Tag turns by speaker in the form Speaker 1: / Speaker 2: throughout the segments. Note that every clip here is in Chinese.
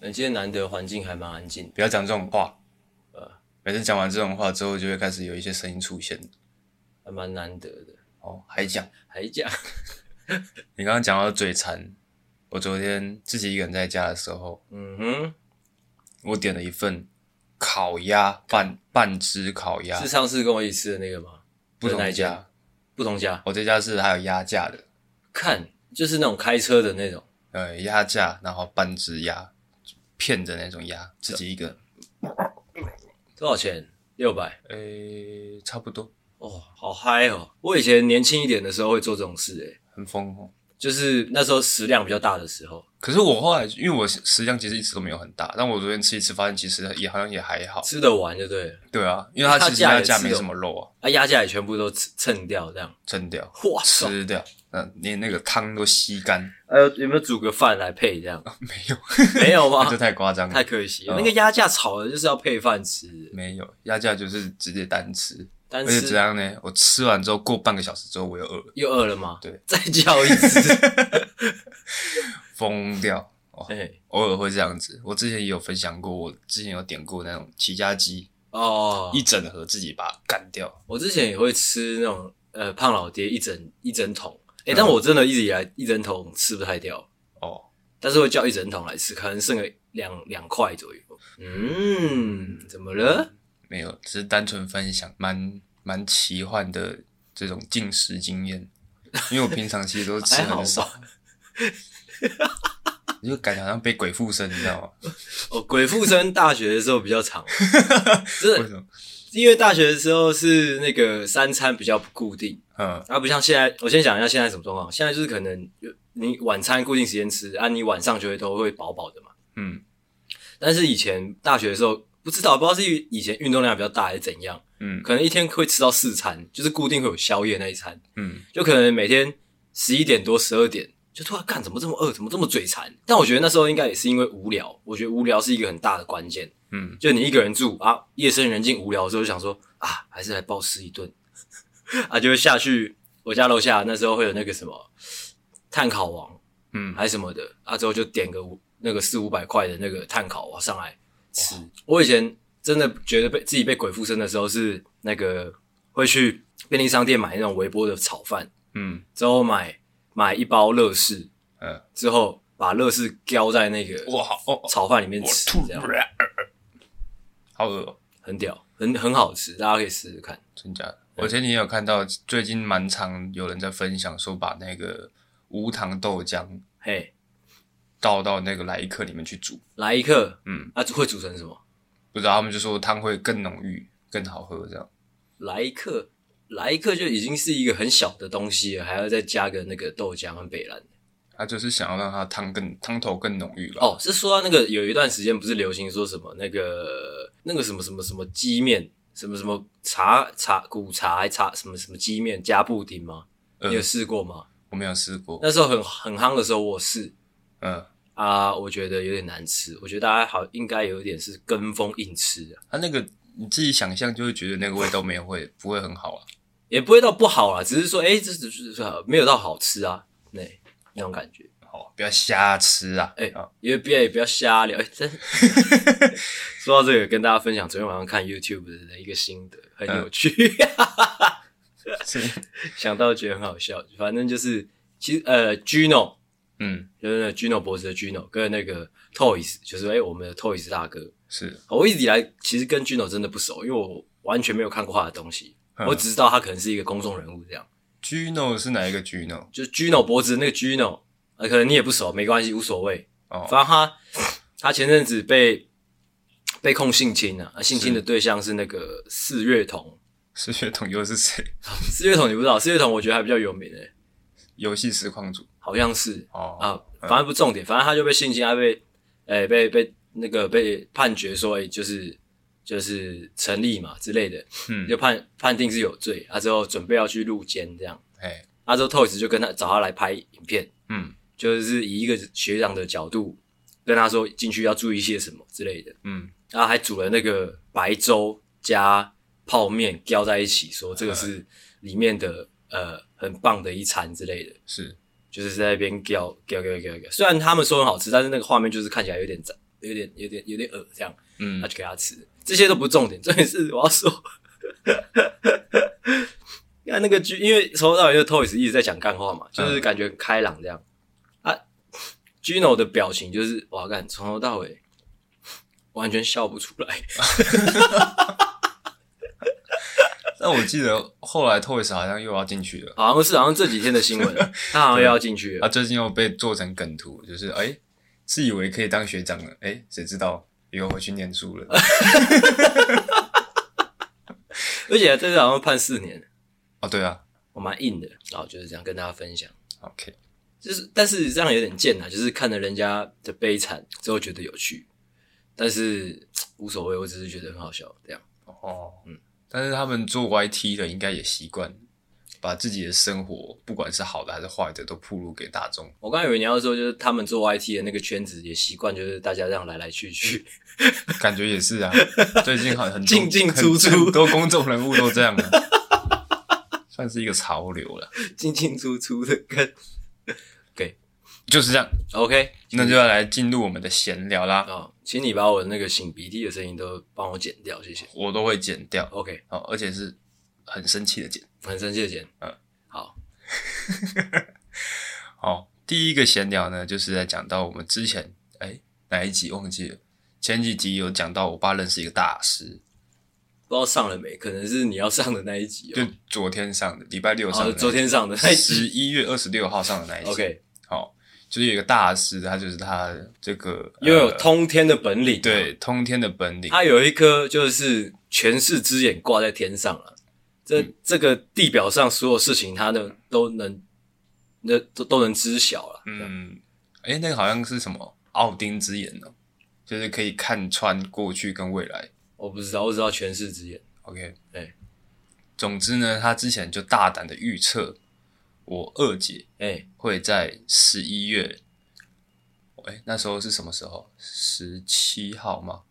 Speaker 1: 呃今天难得环境还蛮安静的，
Speaker 2: 不要讲这种话。
Speaker 1: 呃
Speaker 2: 每次讲完这种话之后，就会开始有一些声音出现。
Speaker 1: 还蛮难得的。
Speaker 2: 哦，还讲，
Speaker 1: 还讲，
Speaker 2: 你刚刚讲到嘴馋，我昨天自己一个人在家的时候，
Speaker 1: 嗯哼，
Speaker 2: 我点了一份烤鸭半半只烤鸭
Speaker 1: 是，上次跟我一起吃的那个吗？
Speaker 2: 不
Speaker 1: 是
Speaker 2: 同
Speaker 1: 哪一家？
Speaker 2: 家，
Speaker 1: 不同家，
Speaker 2: 我这家是还有鸭架的，
Speaker 1: 看就是那种开车的那种，
Speaker 2: 呃，鸭架，然后半只鸭，片的那种鸭，自己一个人，
Speaker 1: 多少钱？六百。
Speaker 2: 呃、差不多，
Speaker 1: 哦，好嗨哦！我以前年轻一点的时候会做这种事、欸，诶，
Speaker 2: 很疯哦。
Speaker 1: 就是那时候食量比较大的时候，
Speaker 2: 可是我后来，因为我食量其实一直都没有很大，但我昨天吃一次发现，其实也好像也还好。
Speaker 1: 吃得完就对了。
Speaker 2: 对啊，因为它其实
Speaker 1: 它架
Speaker 2: 鸭
Speaker 1: 也
Speaker 2: 架
Speaker 1: 吃
Speaker 2: 没
Speaker 1: 哦
Speaker 2: 什么肉啊，
Speaker 1: 啊，鸭架也全部都蹭蹭掉，这样。
Speaker 2: 真掉。
Speaker 1: 哇塞！
Speaker 2: 吃掉，嗯，连那个汤都吸干，
Speaker 1: 还有有没有煮个饭来配这样？
Speaker 2: 没有，
Speaker 1: 没有 吗
Speaker 2: 这？太夸张了
Speaker 1: 啊太。可惜，
Speaker 2: 嗯
Speaker 1: 了。那个鸭架炒的就是要配饭吃，
Speaker 2: 没有，鸭架就是直接单吃，
Speaker 1: 但
Speaker 2: 而且怎
Speaker 1: 是
Speaker 2: 样呢？我吃完之后过半个小时之后我又饿了，
Speaker 1: 又饿了吗？
Speaker 2: 对，
Speaker 1: 再叫一次。
Speaker 2: 疯掉。哦，
Speaker 1: 哎，
Speaker 2: 偶尔会这样子。我之前也有分享过，我之前有点过那种起家鸡，
Speaker 1: 哦，
Speaker 2: 一整盒自己把它干掉。
Speaker 1: 我之前也会吃那种呃胖老爹一整一整桶，哎、但我真的一直以来一整桶吃不太掉，
Speaker 2: 哦，
Speaker 1: 但是会叫一整桶来吃，可能剩个两两块左右。嗯，怎么了？
Speaker 2: 没有，只是单纯分享，蛮蛮奇幻的这种进食经验。因为我平常其实都吃
Speaker 1: 还好
Speaker 2: 很少，
Speaker 1: 吧？
Speaker 2: 你就感觉好像被鬼附身，你知道吗？
Speaker 1: 哦，鬼附身大学的时候比较 长，真
Speaker 2: 为
Speaker 1: 的，
Speaker 2: 什么？
Speaker 1: 因为大学的时候是那个三餐比较不固定，啊
Speaker 2: 嗯，
Speaker 1: 而、不像现在。我先讲一下现在什么状况，现在就是可能有你晚餐固定时间吃，啊，你晚上就会都会饱饱的嘛。
Speaker 2: 嗯
Speaker 1: 但是以前大学的时候，不知道不知道是以前运动量比较大还是怎样，
Speaker 2: 嗯
Speaker 1: 可能一天会吃到四餐，就是固定会有宵夜那一餐，
Speaker 2: 嗯，
Speaker 1: 就可能每天十一点多、十二点，就突然干怎么这么饿，怎么这么嘴馋？但我觉得那时候应该也是因为无聊，我觉得无聊是一个很大的关键。
Speaker 2: 嗯，
Speaker 1: 就你一个人住啊，夜深人静无聊的时候，就想说啊，还是来暴吃一顿 啊，就会下去我家楼下那时候会有那个什么碳烤王
Speaker 2: 嗯，
Speaker 1: 还是什么的啊，之后就点个五那个四五百块的那个碳烤王上来吃。我以前真的觉得被自己被鬼附身的时候是那个会去便利商店买那种微波的炒饭，
Speaker 2: 嗯
Speaker 1: 之后买买一包乐事，
Speaker 2: 嗯，
Speaker 1: 之后把乐事浇在那个
Speaker 2: 哇好哦，
Speaker 1: 炒饭里面
Speaker 2: 我
Speaker 1: 吃，
Speaker 2: 吐
Speaker 1: 这样
Speaker 2: 了，好恶、哦，
Speaker 1: 很屌，很很好吃，大家可以试试看。
Speaker 2: 真假的？我前几天有看到，最近蛮常有人在分享说，把那个无糖豆浆
Speaker 1: 嘿，
Speaker 2: 倒到那个来一克里面去煮，
Speaker 1: 来一克，
Speaker 2: 嗯，
Speaker 1: 啊，会煮成什么？
Speaker 2: 不知道他们就说汤会更浓郁、更好喝这样。
Speaker 1: 来一克，来一克就已经是一个很小的东西了，还要再加个那个豆浆跟北兰。
Speaker 2: 他就是想要让它汤更汤头更浓郁吧。
Speaker 1: 哦，是说到那个有一段时间不是流行说什么那个那个什么什么什么鸡面，什么什么茶茶骨茶还茶什么什么鸡面加布丁吗？
Speaker 2: 嗯
Speaker 1: 你有试过吗？
Speaker 2: 我没有试过，
Speaker 1: 那时候很很夯的时候，我有试
Speaker 2: 嗯，
Speaker 1: 啊，我觉得有点难吃，我觉得大家好应该有一点是跟风硬吃啊的，
Speaker 2: 它那个你自己想象就会觉得那个味道没有会不会很好啊？
Speaker 1: 也不会到不好啦，只是说哎、这只是没有到好吃啊，那那种感觉。
Speaker 2: 好，啊不要瞎吃啊！
Speaker 1: 哎、
Speaker 2: 啊，
Speaker 1: 因为不要也不要瞎聊。哎、真说到这个，跟大家分享昨天晚上看 YouTube 的一个心得，很有趣，
Speaker 2: 是，
Speaker 1: 想到觉得很好笑。反正就是，其实呃，Gino
Speaker 2: 嗯，
Speaker 1: 就是那个 Gino 博士的 Gino 跟那个 Toys，就是哎、我们的 Toys 大哥，
Speaker 2: 是，
Speaker 1: 我一直以来其实跟 Gino 真的不熟，因为我完全没有看过他的东西，
Speaker 2: 嗯
Speaker 1: 我只知道他可能是一个公众人物这样。
Speaker 2: Gino 是哪一个 Gino？
Speaker 1: 就是 Gino 脖子的那个 Gino，呃，可能你也不熟，没关系，无所谓。
Speaker 2: 哦，
Speaker 1: 反正他他前阵子被被控性侵啊，啊性侵的对象是那个四月童。
Speaker 2: 是血统又是谁？
Speaker 1: 四月童你不知道，四月童我觉得还比较有名诶、
Speaker 2: 游戏实况组
Speaker 1: 好像是
Speaker 2: 哦
Speaker 1: 啊，反正不重点，反正他就被性侵，他被诶、被被那个被判决说，诶、哎就是就是成立嘛之类的，
Speaker 2: 嗯
Speaker 1: 就判判定是有罪，啊之后准备要去入监这样，
Speaker 2: 哎，
Speaker 1: 啊之后 Toys 就跟他找他来拍影片，
Speaker 2: 嗯
Speaker 1: 就是以一个学长的角度跟他说进去要注意些什么之类的，
Speaker 2: 嗯，
Speaker 1: 然后还煮了那个白粥加泡面浇在一起，说这个是里面的呃很棒的一餐之类的，
Speaker 2: 是，
Speaker 1: 就是在那边浇浇浇浇浇。虽然他们说很好吃，但是那个画面就是看起来有点脏，有点有点有点恶这样，
Speaker 2: 嗯
Speaker 1: 他，就给他吃。这些都不重点，重点是我要说， 看那个剧，因为从头到尾就 Toys 一直在讲干话嘛，就是感觉很开朗这样、啊。Gino 的表情就是哇，干从头到尾完全笑不出来，
Speaker 2: 但我记得后来 Toys 好像又要进去了，
Speaker 1: 好像是好像这几天的新闻，他好像又要进去
Speaker 2: 他
Speaker 1: 了。
Speaker 2: 最近又被做成梗图，就是哎、自以为可以当学长了，哎、谁知道又回去念书了。
Speaker 1: 而且这次好像判四年，
Speaker 2: 哦，对啊
Speaker 1: 我蛮硬的。然后就是这样跟大家分享，
Speaker 2: ，OK，
Speaker 1: 就是但是这样有点贱啊，就是看了人家的悲惨之后觉得有趣，但是无所谓，我只是觉得很好笑这样。
Speaker 2: 哦，嗯，但是他们做 YT 的应该也习惯把自己的生活，不管是好的还是坏的，都暴露给大众。
Speaker 1: 我刚以为你要说，就是他们做 YT 的那个圈子也习惯，就是大家这样来来去去。
Speaker 2: 感觉也 是啊，最近很很多
Speaker 1: 进进出出
Speaker 2: 很很多公众人物都这样了， 算是一个潮流了，
Speaker 1: 进进出出的跟。
Speaker 2: 就是这样。
Speaker 1: OK，
Speaker 2: 那就要来进入我们的闲聊啦，
Speaker 1: 哦，请你把我那个擤鼻涕的声音都帮我剪掉，谢谢。
Speaker 2: 我都会剪掉
Speaker 1: OK，
Speaker 2: 哦，而且是很生气的剪。
Speaker 1: 很生气的剪。
Speaker 2: 嗯，
Speaker 1: 好，
Speaker 2: 好，哦第一个闲聊呢，就是在讲到我们之前哎哪一集忘记了，前几集有讲到我爸认识一个大师，
Speaker 1: 不知道上了没？可能是你要上的那一集
Speaker 2: 就
Speaker 1: 哦。
Speaker 2: 昨天上的，礼拜六上
Speaker 1: 哦，
Speaker 2: 的，
Speaker 1: 昨天上的那一集。
Speaker 2: 十一月二十六号上的那一集。
Speaker 1: OK，
Speaker 2: 好，就是有一个大师，他就是他这个
Speaker 1: 拥有
Speaker 2: 呃
Speaker 1: 通天的本领、，啊
Speaker 2: 对，通天的本领，
Speaker 1: 他有一颗就是权势之眼挂在天上了、这、这个地表上所有事情，他的都能，那都都能知晓了。嗯，
Speaker 2: 嗯，哎、那个好像是什么奥丁之眼哦，就是可以看穿过去跟未来。
Speaker 1: 我不知道，我只知道权势之眼。
Speaker 2: OK，
Speaker 1: 对，
Speaker 2: 总之呢，他之前就大胆的预测我二姐
Speaker 1: 哎、
Speaker 2: 会在十一月，哎、那时候是什么时候？十七号吗？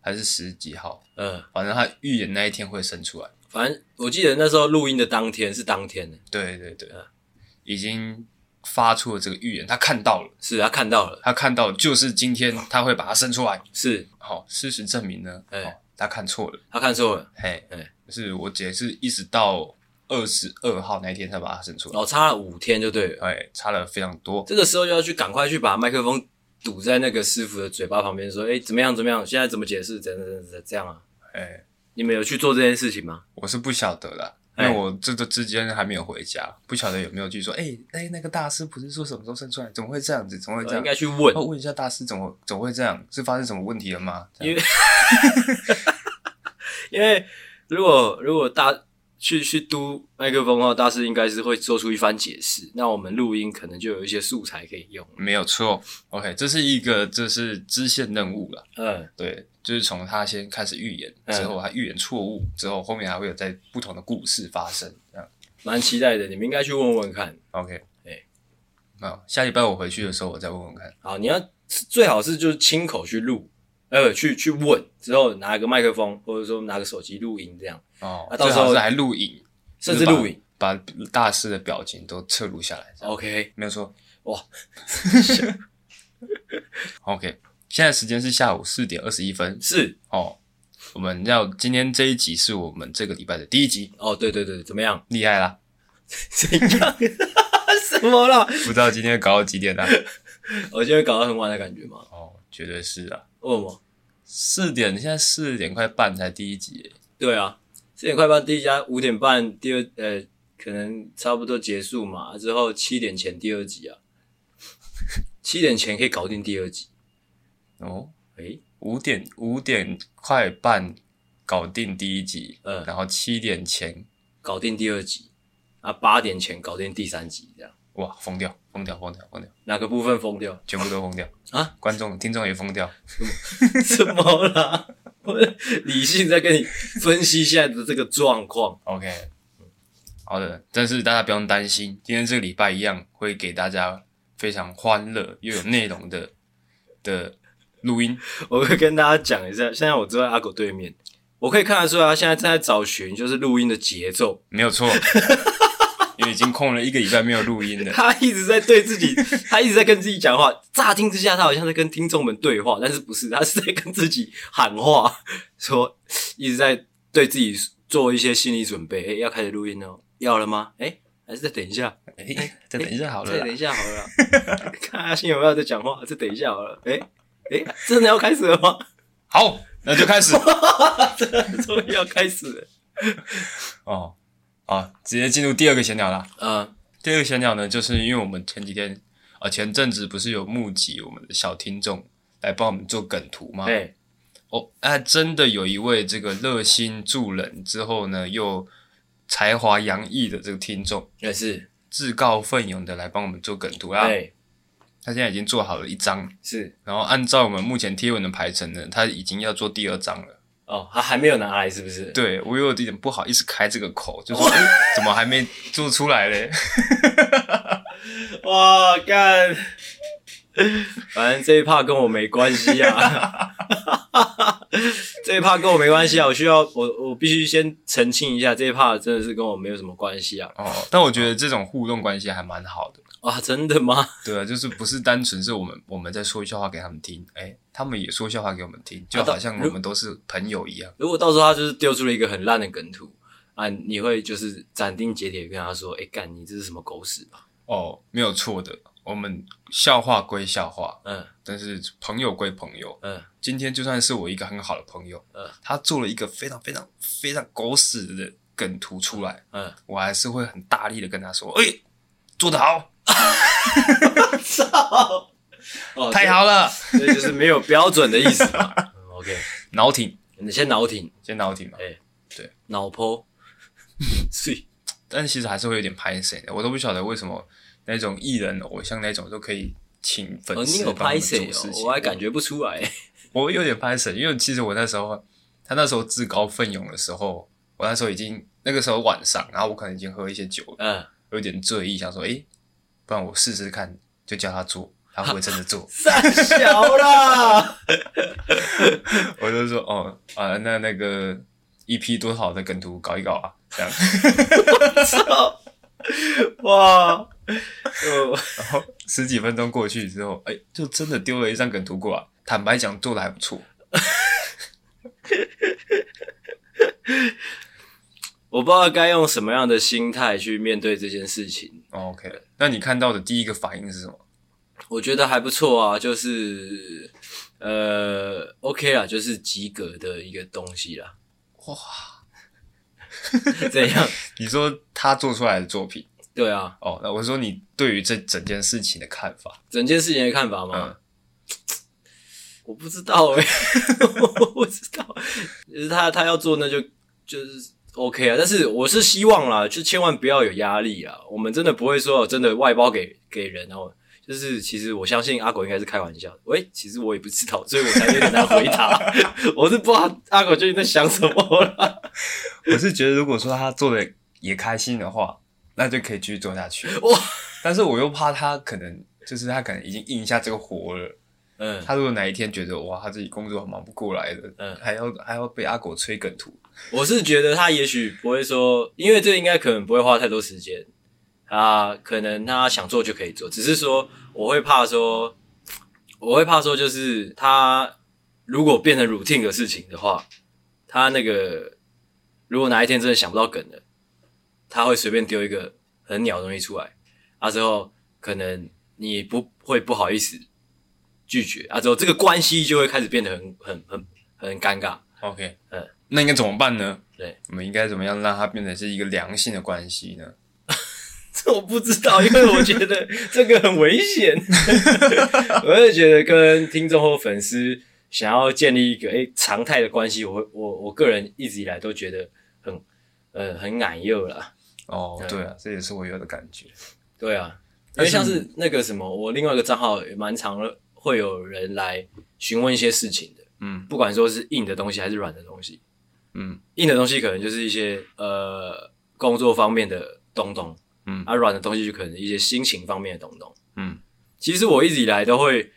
Speaker 2: 还是十几号？
Speaker 1: 嗯，
Speaker 2: 反正他预言那一天会生出来。
Speaker 1: 反正我记得那时候录音的当天是当天的，
Speaker 2: 对对对
Speaker 1: 嗯，
Speaker 2: 已经发出了这个预言，他看到了，
Speaker 1: 是他看到了，
Speaker 2: 他看到就是今天他会把它生出来。
Speaker 1: 是
Speaker 2: 好、事实证明呢，
Speaker 1: 哎
Speaker 2: 哦，他看错了，
Speaker 1: 他看错了，
Speaker 2: 嘿，
Speaker 1: 哎
Speaker 2: 是我姐是一直到二十二号那一天才把它生出来，
Speaker 1: 哦，差了五天就对了。
Speaker 2: 哎，差了非常多，
Speaker 1: 这个时候就要去赶快去把麦克风堵在那个师傅的嘴巴旁边，说：“哎、怎么样怎么样？现在怎么解释？怎样怎样怎样这样啊？
Speaker 2: 哎，
Speaker 1: 你们有去做这件事情吗
Speaker 2: 我是不晓得啦。因
Speaker 1: 哎
Speaker 2: 为我这这之间还没有回家，不晓得有没有去说，哎、哎、那个大师不是说什么时候生出来，怎么会这样子？怎么？”会这
Speaker 1: 呃应
Speaker 2: 样？
Speaker 1: 该去问
Speaker 2: 要。问一下大师，怎么怎么会这样？是发生什么问题了吗？这样
Speaker 1: 因为 因为如果如果大去去嘟麦克风的话，大师应该是会做出一番解释。那我们录音可能就有一些素材可以用。
Speaker 2: 没有错，OK，这是一个这是支线任务了，
Speaker 1: 嗯，
Speaker 2: 对，就是从他先开始预言，
Speaker 1: 嗯
Speaker 2: 之后他预言错误，之后后面还会有在不同的故事发生，这样
Speaker 1: 蛮期待的，你们应该去问问看。
Speaker 2: OK，
Speaker 1: 对，
Speaker 2: 好，下礼拜我回去的时候我再问问看，
Speaker 1: 好，你要最好是就是亲口去录，呃，去去问之后拿一个麦克风，或者说拿个手机录音这样，
Speaker 2: 哦，
Speaker 1: 啊到
Speaker 2: 最
Speaker 1: 时候
Speaker 2: 好是还录影，
Speaker 1: 甚至录影。
Speaker 2: 把大师的表情都侧录下来，这样
Speaker 1: OK，
Speaker 2: 没有错，
Speaker 1: 哇
Speaker 2: ，OK，现在时间是下午四点二十一分
Speaker 1: 是
Speaker 2: 哦，我们要今天这一集是我们这个礼拜的第一集，
Speaker 1: 哦，对对对，怎么 样？
Speaker 2: 厉害啦，
Speaker 1: 怎样？什么啦？
Speaker 2: 不知道今天搞到几点啦、啊
Speaker 1: 我今天搞到很晚的感觉吗？
Speaker 2: 哦，绝对是啊，
Speaker 1: 为什么？
Speaker 2: 四点，现在四点快半才第一集耶，
Speaker 1: 对啊，四点快半第一家，五点半第二，呃，可能差不多结束嘛，之后七点前第二集啊，七点前可以搞定第二集。
Speaker 2: 哦，
Speaker 1: 诶、
Speaker 2: 五点五点快半搞定第一集，
Speaker 1: 嗯
Speaker 2: 然后七点前，
Speaker 1: 搞定第二集，啊，八点前搞定第三集，这样
Speaker 2: 哇，疯掉，疯掉，疯掉，疯掉，
Speaker 1: 哪个部分疯掉？
Speaker 2: 全部都疯掉
Speaker 1: 啊！
Speaker 2: 观众、听众也疯掉，
Speaker 1: 什么啦？ 我理性在跟你分析现在的这个状况。
Speaker 2: OK，好的，但是大家不用担心，今天这个礼拜一样会给大家非常欢乐又有内容的的录音。
Speaker 1: 我会跟大家讲一下，现在我坐在阿狗对面， 我可以看得出来，他现在正在找寻就是录音的节奏。
Speaker 2: 没有错，因为已经空了一个礼拜没有录音了。
Speaker 1: 他一直在对自己，他一直在跟自己讲话。乍听之下，他好像在跟听众们对话，但是不是？他是在跟自己喊话，说一直在对自己做一些心理准备。哎、要开始录音了哦，要了吗？哎、还是再等一下，
Speaker 2: 哎，再等一下好
Speaker 1: 再
Speaker 2: 了
Speaker 1: 等
Speaker 2: 啦，
Speaker 1: 一下好了啦。 看阿信有没有在讲话，再等一下好了。哎、哎、真的要开始了吗？
Speaker 2: 好，那就开始
Speaker 1: 终于要开始了。
Speaker 2: 哦。好，直接进入第二个闲聊啦。
Speaker 1: 呃，
Speaker 2: 第二个闲聊呢，就是因为我们前几天啊、呃前阵子不是有募集我们的小听众来帮我们做梗图吗？
Speaker 1: 哎、
Speaker 2: 哦，啊，真的有一位这个热心助人之后呢，又才华洋溢的这个听众，
Speaker 1: 也是，
Speaker 2: 自告奋勇的来帮我们做梗图啦。
Speaker 1: 哎、
Speaker 2: 他现在已经做好了一张，
Speaker 1: 是
Speaker 2: 然后按照我们目前贴文的排程呢，他已经要做第二张了。
Speaker 1: 哦，他还没有拿来，是不是？
Speaker 2: 对我有点不好意思开这个口，就说、诶怎么还没做出来嘞？
Speaker 1: 哇，干！反正这一趴跟我没关系啊， 这一趴跟我没关系啊。我需要，我我必须先澄清一下，这一趴真的是跟我没有什么关系啊。
Speaker 2: 哦，但我觉得这种互动关系还蛮好的。
Speaker 1: 啊，真的吗？
Speaker 2: 对啊，就是不是单纯是我们我们在说笑话给他们听，哎、他们也说笑话给我们听，就
Speaker 1: 啊到
Speaker 2: 好像
Speaker 1: 如
Speaker 2: 我们都是朋友一样。
Speaker 1: 如果到时候他就是丢出了一个很烂的梗图啊，你会就是斩钉截铁地跟他说：“哎、干，你这是什么狗屎吧
Speaker 2: 哦，没有错的。我们笑话归笑话？”，
Speaker 1: 嗯
Speaker 2: 但是朋友归朋友。
Speaker 1: 嗯，
Speaker 2: 今天就算是我一个很好的朋友，
Speaker 1: 嗯
Speaker 2: 他做了一个非常非常非常狗屎的梗图出来，
Speaker 1: 嗯，
Speaker 2: 我还是会很大力的跟他说：“哎、做得好，
Speaker 1: 操！哦，
Speaker 2: 太好了，
Speaker 1: 这，这就是没有标准的意思嘛。 嗯 OK，
Speaker 2: 脑挺，
Speaker 1: 你先脑挺，
Speaker 2: 先脑挺嘛。
Speaker 1: 哎、
Speaker 2: 对，
Speaker 1: 脑剖， 碎。”
Speaker 2: 但其实还是会有点拍谁的，我都不晓得为什么那种艺人偶像那种都可以请
Speaker 1: 哦，
Speaker 2: 粉
Speaker 1: 你
Speaker 2: 丝
Speaker 1: 有
Speaker 2: 帮他
Speaker 1: 拍
Speaker 2: 们做
Speaker 1: 谁
Speaker 2: 事
Speaker 1: 哦？
Speaker 2: 情。
Speaker 1: 我还感觉不出来。
Speaker 2: 我有点拍神，因为其实我那时候，他那时候自告奋勇的时候，我那时候已经那个时候晚上，然后我可能已经喝一些酒了，
Speaker 1: 嗯，？
Speaker 2: 有点醉意，想说，诶、不然我试试看，就叫他做，他会不会真的做
Speaker 1: 三小啦，
Speaker 2: 我就说，哦啊，那那个一批多少的梗图搞一搞啊，这样，
Speaker 1: 哇，呃，
Speaker 2: 然后十几分钟过去之后，诶、就真的丢了一张梗图过来，坦白讲，做的还不错，
Speaker 1: 我不知道该用什么样的心态去面对这件事情。
Speaker 2: 哦，OK。那你看到的第一个反应是什么？
Speaker 1: 我觉得还不错啊，就是呃，OK 啦，就是及格的一个东西啦。
Speaker 2: 哇，
Speaker 1: 怎样？
Speaker 2: 你说他做出来的作品，
Speaker 1: 对啊，
Speaker 2: 哦，那我说你对于这整件事情的看法。
Speaker 1: 整件事情的看法吗？
Speaker 2: 嗯
Speaker 1: 我不知道哎、 我不知道，就是他他要做那就就是 OK 啊，但是我是希望啦，就千万不要有压力啊，我们真的不会说真的外包给给人哦。就是其实我相信阿狗应该是开玩笑的，喂，其实我也不知道，所以我才有点难回答。 我是不知道阿狗究竟在想什么啦。
Speaker 2: 我是觉得，如果说他做的也开心的话，那就可以继续做下 去。
Speaker 1: 哇！
Speaker 2: 但是我又怕他可能就是他可能已经应一下这个活了。
Speaker 1: 嗯，
Speaker 2: 他如果哪一天觉得哇，他自己工作忙不过来了，
Speaker 1: 嗯
Speaker 2: 还要还要被阿狗吹梗图，
Speaker 1: 我是觉得他也许不会说，因为这应该可能不会花太多时间，啊，可能他想做就可以做，只是说我会怕说，我会怕说就是他如果变成 routine 的事情的话，他那个如果哪一天真的想不到梗了，他会随便丢一个很鸟的东西出来，啊之后可能你不会不好意思拒绝，啊之后这个关系就会开始变得很很很很尴尬，
Speaker 2: OK，
Speaker 1: 嗯，
Speaker 2: 那应该怎么办呢？
Speaker 1: 对，
Speaker 2: 我们应该怎么样让它变成是一个良性的关系呢？
Speaker 1: 这我不知道，因为我觉得这个很危 险。我是觉得跟听众或粉丝想要建立一个诶、常态的关系，我会我我个人一直以来都觉得很呃很难又啦。
Speaker 2: 哦，
Speaker 1: 对
Speaker 2: 对啊，这也是我有的感觉。
Speaker 1: 对啊，因
Speaker 2: 但
Speaker 1: 为
Speaker 2: 是
Speaker 1: 像是那个什么，我另外一个账号也蛮常会有人来询问一些事情的，
Speaker 2: 嗯
Speaker 1: 不管说是硬的东西还是软的东西。
Speaker 2: 嗯
Speaker 1: 硬的东西可能就是一些呃工作方面的东东，
Speaker 2: 嗯
Speaker 1: 啊软的东西就可能一些心情方面的东东。
Speaker 2: 嗯，
Speaker 1: 其实我一直以来都会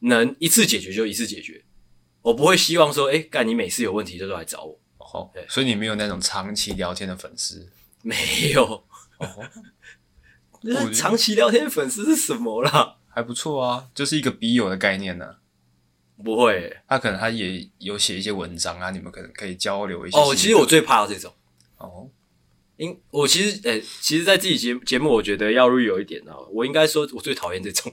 Speaker 1: 能一次解决就一次解决，我不会希望说，哎、干你每次有问题就都来找我，
Speaker 2: 哦
Speaker 1: 对，
Speaker 2: 所以你没有那种长期聊天的粉丝。
Speaker 1: 没有，
Speaker 2: 哦，
Speaker 1: 那是长期聊天粉丝是什么啦？
Speaker 2: 还不错啊，就是一个笔友的概念呢、
Speaker 1: 不会欸、
Speaker 2: 他可能他也有写一些文章啊，你们可能可以交流一些心得。
Speaker 1: 哦，其实我最怕这种。
Speaker 2: 哦，
Speaker 1: 因我其实诶、其实，在自己节节目，我觉得要是有一点呢，啊我应该说，我最讨厌这种，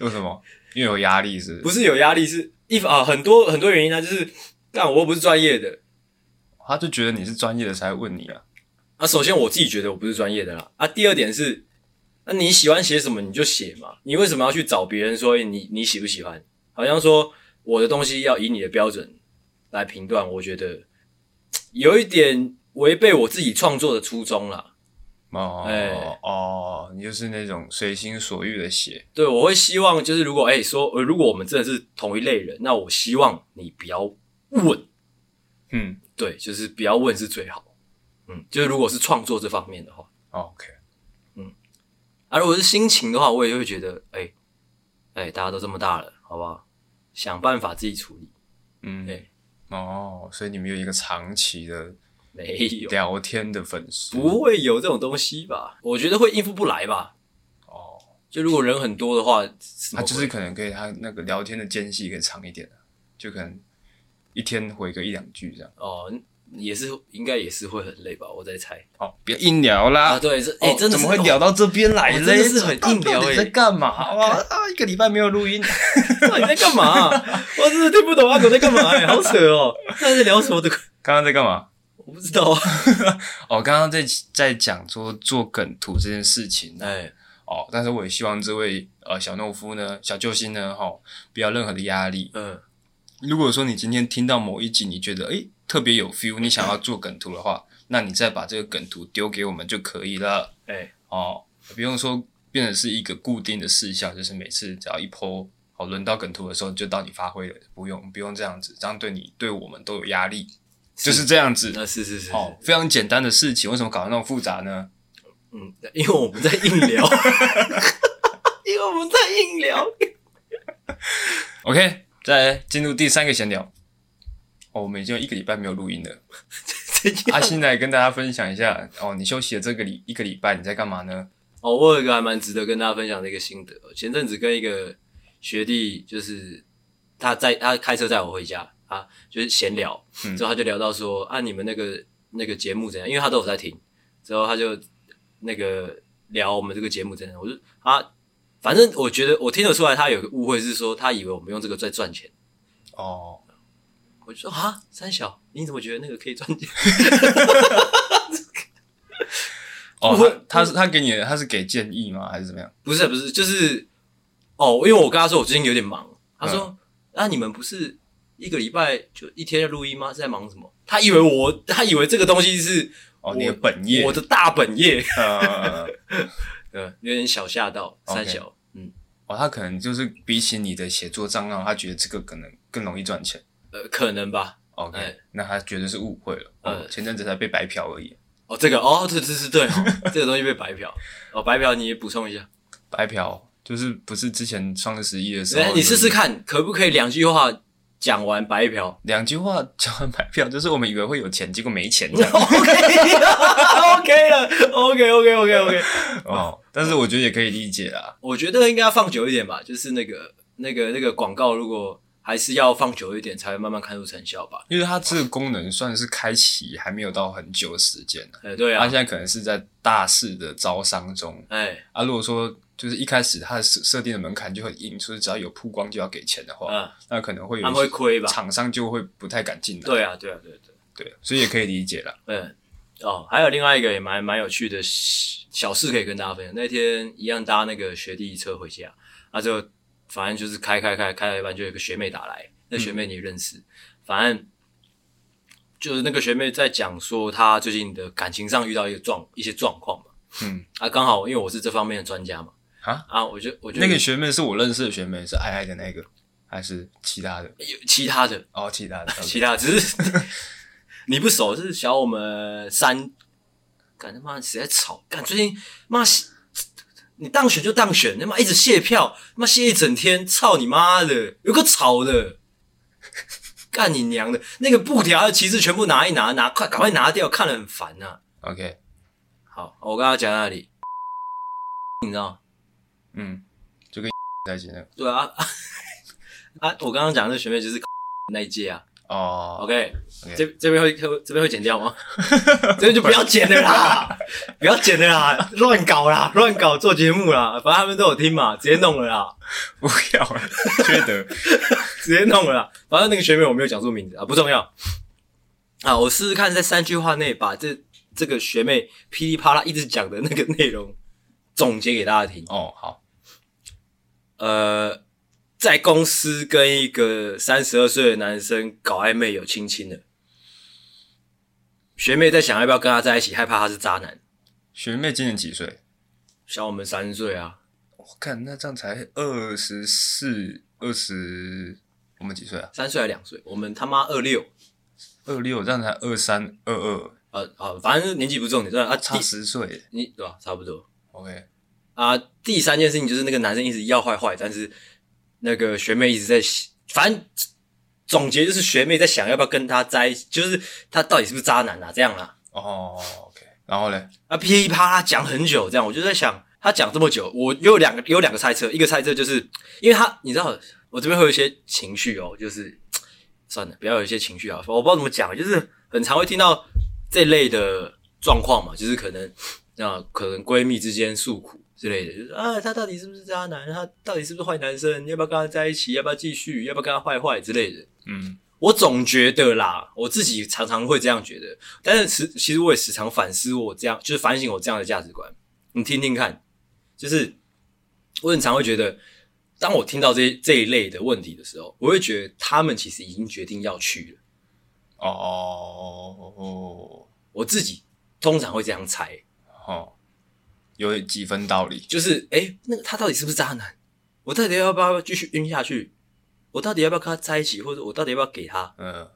Speaker 2: 为什么？因为有压力是不
Speaker 1: 不
Speaker 2: 是？
Speaker 1: 是有压力，是一啊、很多很多原因啊，就是但我又不是专业的
Speaker 2: 他就觉得你是专业的才会问你啊。
Speaker 1: 啊。首先我自己觉得我不是专业的啦啊。第二点是，那、你喜欢写什么你就写嘛，你为什么要去找别人说哎你你喜不喜欢？好像说我的东西要以你的标准来评断，我觉得嘖有一点违背我自己创作的初衷啦。
Speaker 2: 哦、
Speaker 1: 哎
Speaker 2: 哦，你就是那种随心所欲的写。
Speaker 1: 对，我会希望就是如果哎、说，呃如果我们真的是同一类人，那我希望你不要问，
Speaker 2: 嗯
Speaker 1: 对，就是不要问是最好。嗯，就是如果是创作这方面的话，
Speaker 2: ，OK，
Speaker 1: 啊，如果是心情的话，我也会觉得，哎、哎、大家都这么大了，好不好？想办法自己处理。
Speaker 2: 嗯，
Speaker 1: 哎
Speaker 2: 哦，所以你们有一个长期的
Speaker 1: 没有，
Speaker 2: 聊天的粉丝。
Speaker 1: 不会有这种东西吧？我觉得会应付不来吧。
Speaker 2: 哦，
Speaker 1: 就如果人很多的话，什么鬼
Speaker 2: 他啊就是可能可以，他那个聊天的间隙可以长一点啊就可能一天回个一两句这样。
Speaker 1: 哦，也是应该也是会很累吧？我在猜
Speaker 2: 哦，别硬聊啦。
Speaker 1: 哎啊，对，这哎、
Speaker 2: 哦
Speaker 1: 真的是
Speaker 2: 怎么会聊到这边来
Speaker 1: 哦
Speaker 2: 嘞？
Speaker 1: 真的是很硬聊
Speaker 2: 到底在
Speaker 1: 欸
Speaker 2: 干嘛啊？啊，一个礼拜没有录音，
Speaker 1: 到底在干嘛、我真的听不懂阿狗在干嘛、欸，好扯 哦！他在聊什么的？
Speaker 2: 刚刚在干嘛？
Speaker 1: 我不知道啊。
Speaker 2: 哦，刚刚在在讲说做梗图这件事情呢。
Speaker 1: 哎，
Speaker 2: 哦，但是我也希望这位呃小懦夫呢，小救星呢，哈、不要任何的压力。
Speaker 1: 嗯，
Speaker 2: 如果说你今天听到某一集，你觉得诶特别有 feel，你想要做梗图的话，那你再把这个梗图丢给我们就可以了。
Speaker 1: 哎，
Speaker 2: 哦，不用说变成是一个固定的事项，就是每次只要一剖，哦，轮到梗图的时候就到你发挥了，不用不用这样子，这样对你对我们都有压力，就是这样子。
Speaker 1: 那是是是，
Speaker 2: 哦，非常简单的事情，为什么搞得那么复杂呢？
Speaker 1: 嗯，因为我们在硬聊， 因为我们在硬聊。
Speaker 2: OK，再来进入第三个闲聊。哦，我们已经有一个礼拜没有录 音了。
Speaker 1: 这
Speaker 2: 阿星来跟大家分享一下，哦，你休息了这个礼一个礼拜，你在干嘛呢？
Speaker 1: 哦，我有一个还蛮值得跟大家分享的一个心得。哦前阵子跟一个学弟，就是他在他开车载我回家啊，就是闲聊，
Speaker 2: 嗯
Speaker 1: 之后他就聊到说啊，你们那个那个节目怎样？因为他都有在听，之后他就那个聊我们这个节目怎样？我就啊，反正我觉得我听得出来，他有个误会是说他以为我们用这个在赚钱。
Speaker 2: 哦，
Speaker 1: 我就说啊，三小，你怎么觉得那个可以赚钱？我
Speaker 2: 哦，他他是他给你的，他是给建议吗？还是怎么样？
Speaker 1: 不是不是，就是哦，因为我跟他说我最近有点忙，他说、啊，你们不是一个礼拜就一天的录音吗？是在忙什么？他以为我，他以为这个东西是
Speaker 2: 哦，
Speaker 1: 我
Speaker 2: 你的本业，
Speaker 1: 我的大本业，
Speaker 2: 呃，
Speaker 1: 嗯，有点小吓到三小嗯，
Speaker 2: 哦，他可能就是比起你的写作账号，他觉得这个可能更容易赚钱。
Speaker 1: 呃，可能吧。
Speaker 2: OK，、
Speaker 1: 哎
Speaker 2: 那他绝对是误会了。哦，
Speaker 1: 嗯
Speaker 2: 前阵子才被白嫖而已。
Speaker 1: 哦，这个哦，对对对对，哦这个东西被白嫖哦，白嫖你也补充一下，
Speaker 2: 白嫖就是不是之前双十一的时
Speaker 1: 来
Speaker 2: 候，
Speaker 1: 哎你试试看，可不可以两句话讲完白嫖
Speaker 2: 两句话讲完白嫖，就是我们以为会有钱，结果没钱 这样。
Speaker 1: ？OK 了，OK 了，OK OK OK OK。
Speaker 2: 哦，但是我觉得也可以理解啦。
Speaker 1: 我觉得应该要放久一点吧，就是那个那个那个广告，如果还是要放久一点，才会慢慢看出成效吧。
Speaker 2: 因为它这个功能算是开启还没有到很久的时间呢、
Speaker 1: 哎、对
Speaker 2: 它
Speaker 1: 啊
Speaker 2: 现，在可能是在大势的招商中
Speaker 1: 哎、
Speaker 2: 啊。如果说就是一开始它的设设定的门槛就很硬，就是只要有曝光就要给钱的话，
Speaker 1: 嗯，
Speaker 2: 那可能会有
Speaker 1: 他
Speaker 2: 一
Speaker 1: 们
Speaker 2: 些
Speaker 1: 会亏吧？
Speaker 2: 厂商就会不太敢进来。
Speaker 1: 对啊，对啊，对啊对啊
Speaker 2: 对，所以也可以理解了。
Speaker 1: 嗯，哦，还有另外一个也蛮蛮有趣的小小事可以跟大家分享。那天一样搭那个学弟车回家，啊，就反正就是开开开开到一半，就有一个学妹打来，那学妹你也认识，反正就是那个学妹在讲说她最近的感情上遇到一个状一些状况嘛。
Speaker 2: 嗯，
Speaker 1: 啊，刚好因为我是这方面的专家嘛，
Speaker 2: 啊
Speaker 1: 啊，我就我就
Speaker 2: 那个学妹是我认识的学妹，是爱爱的那个，还是其他的？
Speaker 1: 有其他的
Speaker 2: 哦，其他的，
Speaker 1: 其他的只是你不熟，是小我们三，干他妈谁在吵？干最近妈你当选就当选，他妈一直卸票，他妈卸一整天，操你妈的，有个吵的，干你娘的！那个布条的旗帜全部拿一拿，拿快赶快拿掉，看了很烦呐、
Speaker 2: OK，
Speaker 1: 好，我刚刚讲哪里？你知道吗？
Speaker 2: 嗯，就跟 在一起那个
Speaker 1: 对啊， 啊，我刚刚讲的学妹就是 那一届啊。
Speaker 2: 哦
Speaker 1: OK，,
Speaker 2: OK
Speaker 1: 这这边会这边会剪掉吗？ 这边就不要剪了啦，不要剪了啦，乱搞啦，乱搞做节目啦，反正他们都有听嘛，直接弄了啦，
Speaker 2: 不要了，缺德。
Speaker 1: 直接弄了啦。反正那个学妹我没有讲出名字啊，不重要。啊，我试试看在三句话内把这这个学妹噼里啪啦一直讲的那个内容总结给大家听。
Speaker 2: 哦，好，
Speaker 1: 呃，在公司跟一个三十二岁的男生搞暧昧有亲亲的，学妹在想要不要跟他在一起，害怕他是渣男，
Speaker 2: 学妹今年几岁？
Speaker 1: 小我们三岁啊，
Speaker 2: 我看那这样才二十四、二十，我们几岁啊？
Speaker 1: 三岁还两岁，我们他妈二六，
Speaker 2: 二六，这样才二三、二二，
Speaker 1: 呃，好，反正年纪不重点，对吧啊，
Speaker 2: 差
Speaker 1: 第
Speaker 2: 十岁。
Speaker 1: 你对吧、差不多
Speaker 2: OK，
Speaker 1: 啊。第三件事情就是那个男生一直要坏坏，但是那个学妹一直在想，反正总结就是学妹在想要不要跟他在一起，就是他到底是不是渣男啊，这样啦、
Speaker 2: 哦，OK，然后嘞，
Speaker 1: 啊，噼里啪啦讲很久，这样我就在想，他讲这么久，我有两个有两个猜测，一个猜测就是因为他，你知道我这边会有一些情绪哦，就是算了，不要有一些情绪啊，我不知道怎么讲，就是很常会听到这类的状况嘛，就是可能啊，可能闺蜜之间诉苦之类的，就是啊，他到底是不是渣男？他到底是不是坏男生？你要不要跟他在一起？要不要继续？要不要跟他坏坏之类的？
Speaker 2: 嗯，
Speaker 1: 我总觉得啦，我自己常常会这样觉得，但是时其实我也时常反思我这样，就是反省我这样的价值观。你听听看，就是我很常会觉得，当我听到这这一类的问题的时候，我会觉得他们其实已经决定要去了。
Speaker 2: 哦哦
Speaker 1: 我自己通常会这样猜，
Speaker 2: 哦，哦，有几分道理。
Speaker 1: 就是诶、那个他到底是不是渣男？我到底要不要继续晕下去？我到底要不要跟他在一起？或者我到底要不要给他？
Speaker 2: 嗯，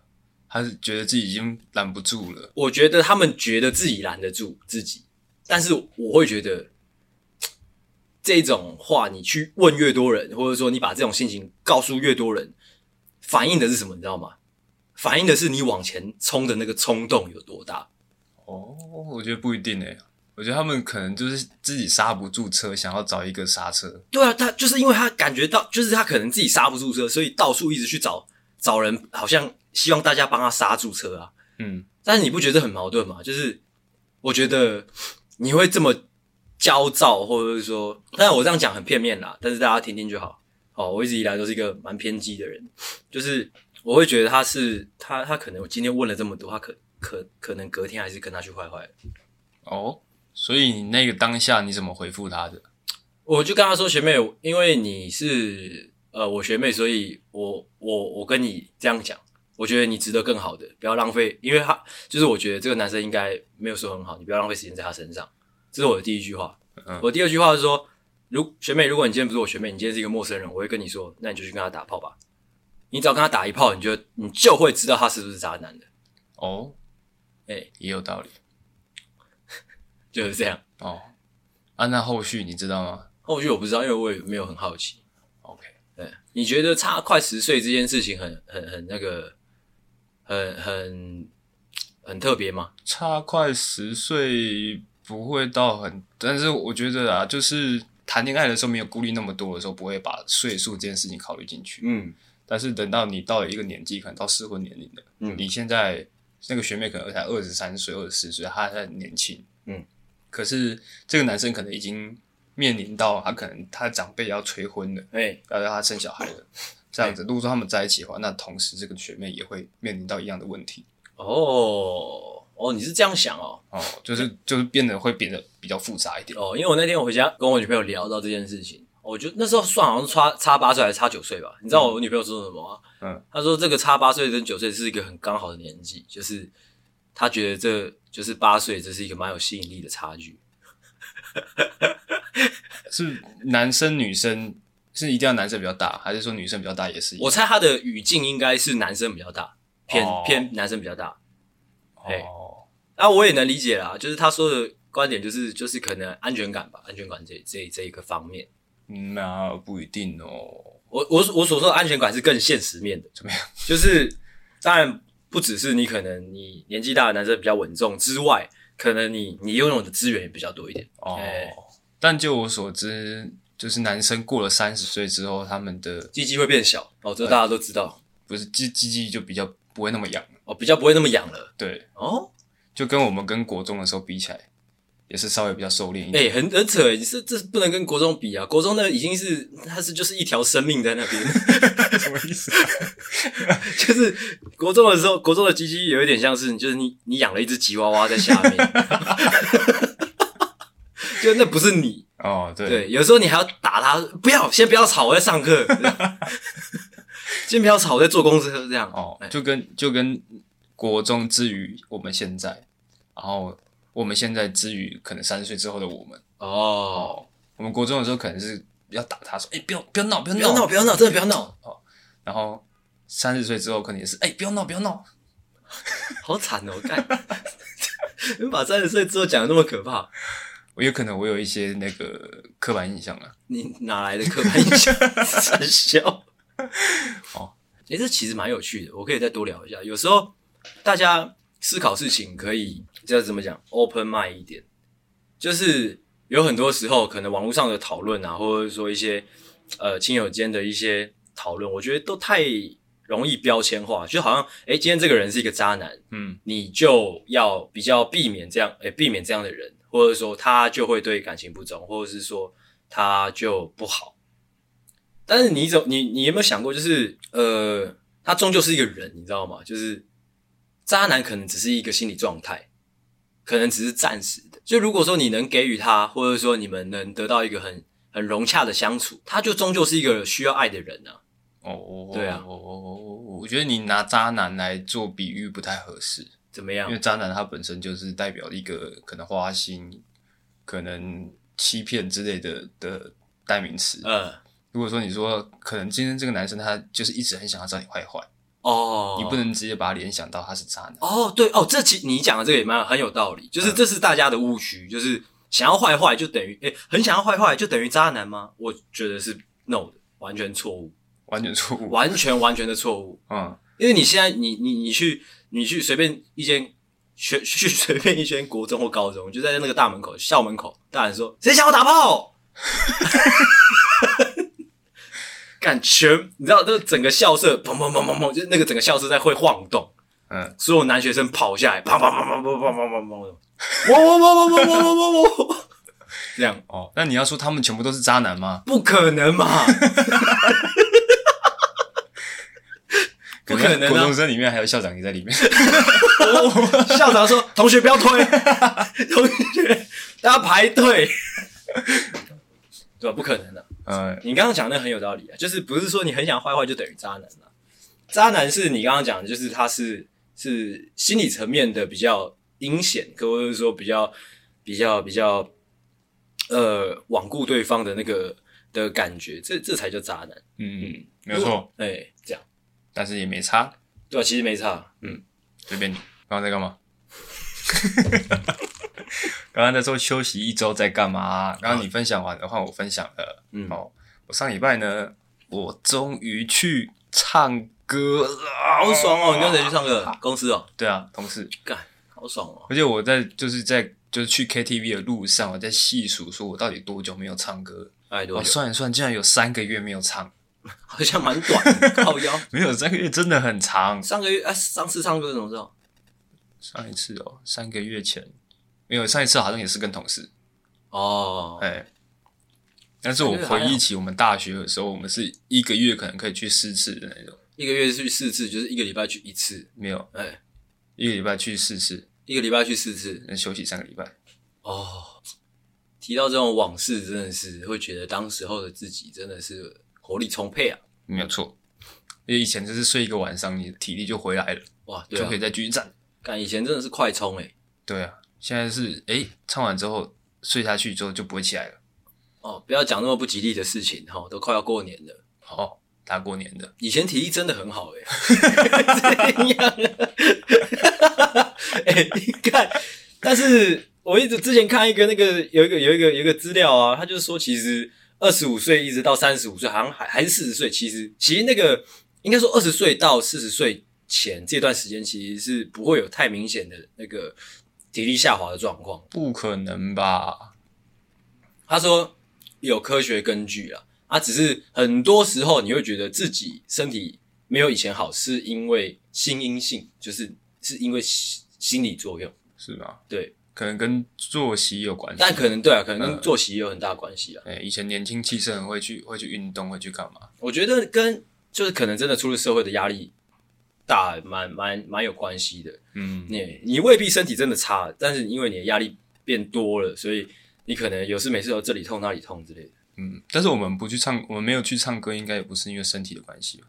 Speaker 2: 他是觉得自己已经拦不住了。
Speaker 1: 我觉得他们觉得自己拦得住自己，但是我会觉得这种话你去问越多人，或者说你把这种心情告诉越多人，反映的是什么？你知道吗？反映的是你往前冲的那个冲动有多大。
Speaker 2: 哦，我觉得不一定诶，我觉得他们可能就是自己刹不住车，想要找一个刹车。
Speaker 1: 对啊，他就是因为他感觉到，就是他可能自己刹不住车，所以到处一直去找找人，好像希望大家帮他刹住车啊。
Speaker 2: 嗯，
Speaker 1: 但是你不觉得很矛盾吗？就是我觉得你会这么焦躁，或者是说，当然我这样讲很片面啦，但是大家听听就好。哦，我一直以来都是一个蛮偏激的人，就是我会觉得他是他他可能我今天问了这么多，他可可可能隔天还是跟他去坏坏。
Speaker 2: 哦，所以你那个当下你怎么回复他的？
Speaker 1: 我就跟他说：“学妹，因为你是呃我学妹，所以我我我跟你这样讲，我觉得你值得更好的，不要浪费。因为他就是我觉得这个男生应该没有说很好，你不要浪费时间在他身上。这是我的第一句话。
Speaker 2: 嗯
Speaker 1: 我第二句话是说，如学妹，如果你今天不是我学妹，你今天是一个陌生人，我会跟你说，那你就去跟他打炮吧。你只要跟他打一炮，你就你就会知道他是不是渣男的，
Speaker 2: 哦，
Speaker 1: 哎
Speaker 2: 也有道理。
Speaker 1: 就是这样。
Speaker 2: 哦，啊，那后续你知道吗
Speaker 1: 后续我不知道，因为我也没有很好奇。
Speaker 2: ？OK，
Speaker 1: 对，你觉得差快十岁这件事情很很很那个，很很很特别吗？
Speaker 2: 差快十岁不会到很，但是我觉得啊，就是谈恋爱的时候没有顾虑那么多的时候，不会把岁数这件事情考虑进去。
Speaker 1: 嗯，
Speaker 2: 但是等到你到了一个年纪，可能到适婚年龄了，
Speaker 1: 嗯
Speaker 2: 你现在那个学妹可能才二十三岁、二十四岁，她还很年轻，
Speaker 1: 嗯，
Speaker 2: 可是这个男生可能已经面临到他可能他长辈要催婚了，
Speaker 1: 哎、
Speaker 2: 要让他生小孩 了，这样子，如果说他们在一起的话，那同时这个学妹也会面临到一样的问题。
Speaker 1: 哦哦，你是这样想哦
Speaker 2: 哦，就是就是变得会变得比较复杂一点。
Speaker 1: 哦，因为我那天我回家跟我女朋友聊到这件事情，我就那时候算好像差差八岁还是差九岁吧，你知道我女朋友说什么吗？
Speaker 2: 嗯，
Speaker 1: 她说这个差八岁跟九岁是一个很刚好的年纪，就是她觉得这就是八岁，这是一个蛮有吸引力的差距。
Speaker 2: 是男生女生是一定要男生比较大，还是说女生比较大也是一样？
Speaker 1: 我猜她的语境应该是男生比较大，偏、
Speaker 2: 哦
Speaker 1: 偏男生比较大。哎
Speaker 2: 哦，
Speaker 1: 啊，我也能理解啦，就是他说的观点就是就是可能安全感吧，安全感这这这一个方面。
Speaker 2: 嗯那不一定哦。
Speaker 1: 我我我所说的安全感是更现实面的，
Speaker 2: 怎 么样？
Speaker 1: 就是当然不只是你可能你年纪大的男生比较稳重之外，可能你你拥有的资源也比较多一点。
Speaker 2: 哦
Speaker 1: 哎，
Speaker 2: 但就我所知，就是男生过了三十岁之后，他们的
Speaker 1: 鸡鸡会变小，哦，这大家都知道，
Speaker 2: 不是鸡鸡鸡就比较不会那么痒，
Speaker 1: 哦，比较不会那么痒了。
Speaker 2: 对，
Speaker 1: 哦，
Speaker 2: 就跟我们跟国中的时候比起来，也是稍微比较收敛一
Speaker 1: 哎、
Speaker 2: 点。
Speaker 1: 很很扯，你是这不能跟国中比啊，国中那已经是它是就是一条生命在那边，
Speaker 2: 什么意思？
Speaker 1: 就是国中的时候，国中的鸡鸡有一点像是，就是你你养了一只吉娃娃在下 面，就那不是你，
Speaker 2: 哦，对，
Speaker 1: 对，有时候你还要打他，不要，先不要吵，我在上课。 先不要吵，我在坐公车，这样。
Speaker 2: 哦，
Speaker 1: 哎
Speaker 2: 就跟就跟国中之于我们现在，然后我们现在之于可能三十岁之后的我们，
Speaker 1: 哦，
Speaker 2: 我们国中的时候可能是要打他说，哎、不要不要闹，不要
Speaker 1: 不要
Speaker 2: 闹
Speaker 1: 闹，，不要闹，真的不要闹，
Speaker 2: 然后三十岁之后可能也是，哎、不要闹，不要闹，
Speaker 1: 好惨哦！干， 你把三十岁之后讲的那么可怕，
Speaker 2: 我有可能我有一些那个刻板印象啊。
Speaker 1: 你哪来的刻板印象？ 三笑。
Speaker 2: 哦，
Speaker 1: 哎、这其实蛮有趣的，我可以再多聊一下。有时候大家思考事情可以这怎么讲，open mind 一点，就是有很多时候可能网络上的讨论啊，或者说一些呃亲友间的一些讨论，我觉得都太容易标签化，就好像哎、诶今天这个人是一个渣男，
Speaker 2: 嗯，
Speaker 1: 你就要比较避免这样，诶、避免这样的人，或者说他就会对感情不忠，或者是说他就不好。但是你怎你你有没有想过，就是呃，他终究是一个人，你知道吗？就是渣男可能只是一个心理状态，可能只是暂时的。就如果说你能给予他，或者说你们能得到一个很很融洽的相处，他就终究是一个需要爱的人啊。
Speaker 2: 哦，
Speaker 1: 对啊
Speaker 2: 我我我我我觉得你拿渣男来做比喻不太合适，
Speaker 1: 怎么
Speaker 2: 因
Speaker 1: 样
Speaker 2: 为？渣男他本身就是代表一个可能花心、可能欺骗之类的的代名词。
Speaker 1: 呃，
Speaker 2: 如果说你说可能今天这个男生他就是一直很想要找你坏坏，
Speaker 1: 哦，
Speaker 2: 你不能直接把他联想到他是渣男。
Speaker 1: 哦，对哦，这其你讲的这个也蛮很有道理，就是
Speaker 2: 嗯
Speaker 1: 这是大家的误区，就是想要坏坏就等于诶，很想要坏坏就等于渣男吗？我觉得是 no 的，完全错误，
Speaker 2: 完全错误。
Speaker 1: 完全完全的错误。
Speaker 2: 嗯，
Speaker 1: 因为你现在你你你去你去随便一间学去随便一间国中或高中，就在那个大门口校门口，大人说谁想要打炮， 感全你知道那个整个校舍砰砰砰砰砰，就是那个整个校舍在会晃动，
Speaker 2: 嗯，
Speaker 1: 所有男学生跑下来，砰砰砰砰砰砰砰砰砰，我我我我我我我我，这样
Speaker 2: 哦，那你要说他们全部都是渣男吗？
Speaker 1: 不可能嘛？不可能啊
Speaker 2: 国中生里面还有校长也在里面。
Speaker 1: 校长说：“同学不要推，同学大家排队，对吧？不可能的、
Speaker 2: 嗯，
Speaker 1: 你刚刚讲的很有道理啊，就是不是说你很想坏坏就等于渣男啊？渣男是你刚刚讲的，就是他是是心理层面的比较阴险，或者是说比较比较比较呃罔顾对方的那个的感觉，这这才叫渣男。
Speaker 2: 嗯，没有错，，
Speaker 1: 哎、这样
Speaker 2: 但是也没差，
Speaker 1: 对吧、啊其实没差，嗯
Speaker 2: 随便你。刚刚在干嘛？ 刚刚在说休息一周在干嘛？刚刚你分享完的话，我分享了。
Speaker 1: 嗯，
Speaker 2: 哦，我上礼拜呢，我终于去唱歌了，
Speaker 1: 好爽哦！你跟谁去唱歌？公司哦，
Speaker 2: 对啊，同事。
Speaker 1: 干，好爽哦。”
Speaker 2: 而且我在就是在就是去 KTV 的路上，我在细数说我到底多久没有唱歌了。
Speaker 1: 哎，
Speaker 2: 我
Speaker 1: 多久？
Speaker 2: 算一算，竟然有三个月没有唱，
Speaker 1: 好像蛮短的，靠腰。
Speaker 2: 没有三个月真的很长。
Speaker 1: 上个月啊，上次唱歌什么时候？
Speaker 2: 上一次哦，三个月前没有，上一次好像也是跟同事，
Speaker 1: 哦，
Speaker 2: 哎、但是我回忆起我们大学的时候，我们是一个月可能可以去四次的那种，
Speaker 1: 一个月去四次，就是一个礼拜去一次。
Speaker 2: 没有
Speaker 1: 哎，
Speaker 2: 一个礼拜去四次，
Speaker 1: 一个礼拜去四次。
Speaker 2: 能休息三个礼拜。
Speaker 1: 哦，提到这种往事，真的是会觉得当时候的自己真的是活力充沛啊！
Speaker 2: 没有错。因为以前就是睡一个晚上，你的体力就回来了，
Speaker 1: 哇，对
Speaker 2: 就
Speaker 1: 啊
Speaker 2: 可以，再继续站。
Speaker 1: 干以前真的是快充哎、
Speaker 2: 对啊，现在是哎、唱完之后睡下去之后就不会起来了。
Speaker 1: 哦，不要讲那么不吉利的事情哈、都快要过年了。
Speaker 2: 哦，大过年的，
Speaker 1: 以前体力真的很 好哎、欸，这样啊， 哎、你看，但是我一直之前看一个那个有一个有一个有一个资料啊，他就说其实二十五岁一直到三十五岁，好像还还是四十岁，其实其实那个应该说二十岁到四十岁前这段时间，其实是不会有太明显的那个体力下滑的状况。
Speaker 2: 不可能吧？
Speaker 1: 他说有科学根据啊，啊，只是很多时候你会觉得自己身体没有以前好，是因为心因性，就是是因为心心理作用，
Speaker 2: 是吧？
Speaker 1: 对，
Speaker 2: 可能跟作息有关系。
Speaker 1: 但可能对啊，可能跟
Speaker 2: 嗯
Speaker 1: 作息也有很大关系啊。
Speaker 2: 哎、以前年轻气盛，会去会去运动，会去干嘛？
Speaker 1: 我觉得跟就是可能真的出入社会的压力大，蛮蛮蛮有关系的。
Speaker 2: 嗯，
Speaker 1: 你你未必身体真的差，但是因为你的压力变多了，所以你可能有事没事都这里痛那里痛之类的。
Speaker 2: 嗯，但是我们不去唱，我们没有去唱歌，应该也不是因为身体的关系吧？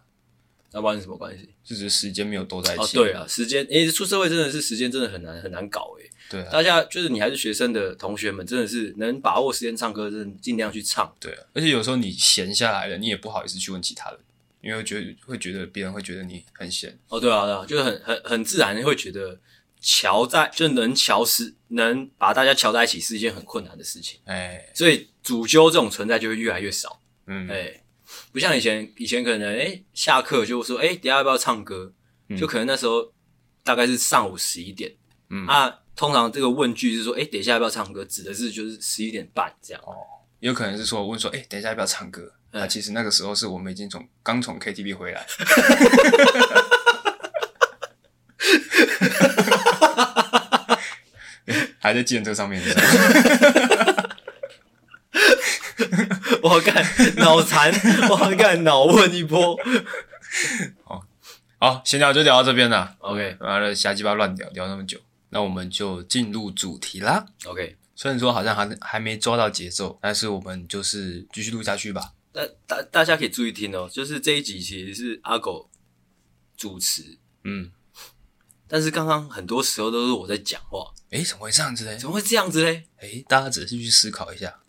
Speaker 1: 那不然是什么关系？
Speaker 2: 就只是时间没有多在一
Speaker 1: 哦，
Speaker 2: 起。
Speaker 1: 对啊，时间，诶、出社会真的是时间真的很难很难搞诶、
Speaker 2: 对啊，
Speaker 1: 大家就是你还是学生的同学们，真的是能把握时间唱歌，真的尽量去唱。
Speaker 2: 对啊。而且有时候你闲下来了，你也不好意思去问其他人，因为觉得会觉得别人会觉得你很闲。
Speaker 1: 哦，对啊，对啊，就是很很很自然会觉得瞧在就能瞧是能把大家瞧在一起是一件很困难的事情，
Speaker 2: 哎、
Speaker 1: 所以主纠这种存在就会越来越少。
Speaker 2: 嗯，
Speaker 1: 哎、不像以前，以前可能哎、下课就说哎、等一下要不要唱歌？
Speaker 2: 嗯
Speaker 1: 就可能那时候大概是上午十一点，
Speaker 2: 嗯
Speaker 1: 啊，通常这个问句是说哎、等一下要不要唱歌，指的是就是十一点半这
Speaker 2: 哦
Speaker 1: 样。
Speaker 2: 有可能是说问说，哎、等一下要不要唱歌？
Speaker 1: 嗯
Speaker 2: 啊，其实那个时候是我们已经从刚从 KTV 回 来， 还在计程车上面。
Speaker 1: 我干脑 残，我干脑问一波。
Speaker 2: 好，闲聊就聊到这边了，
Speaker 1: OK
Speaker 2: 完了瞎鸡巴乱聊聊那么久，那我们就进入主题啦。
Speaker 1: OK，
Speaker 2: 虽然说好像还还没抓到节奏，但是我们就是继续录下去吧。
Speaker 1: 大大大家可以注意听哦，就是这一集其实是阿狗主持，
Speaker 2: 嗯，
Speaker 1: 但是刚刚很多时候都是我在讲话，
Speaker 2: 哎，怎么会这样子呢？
Speaker 1: 怎么会这样子嘞？
Speaker 2: 哎，大家仔细去思考一下。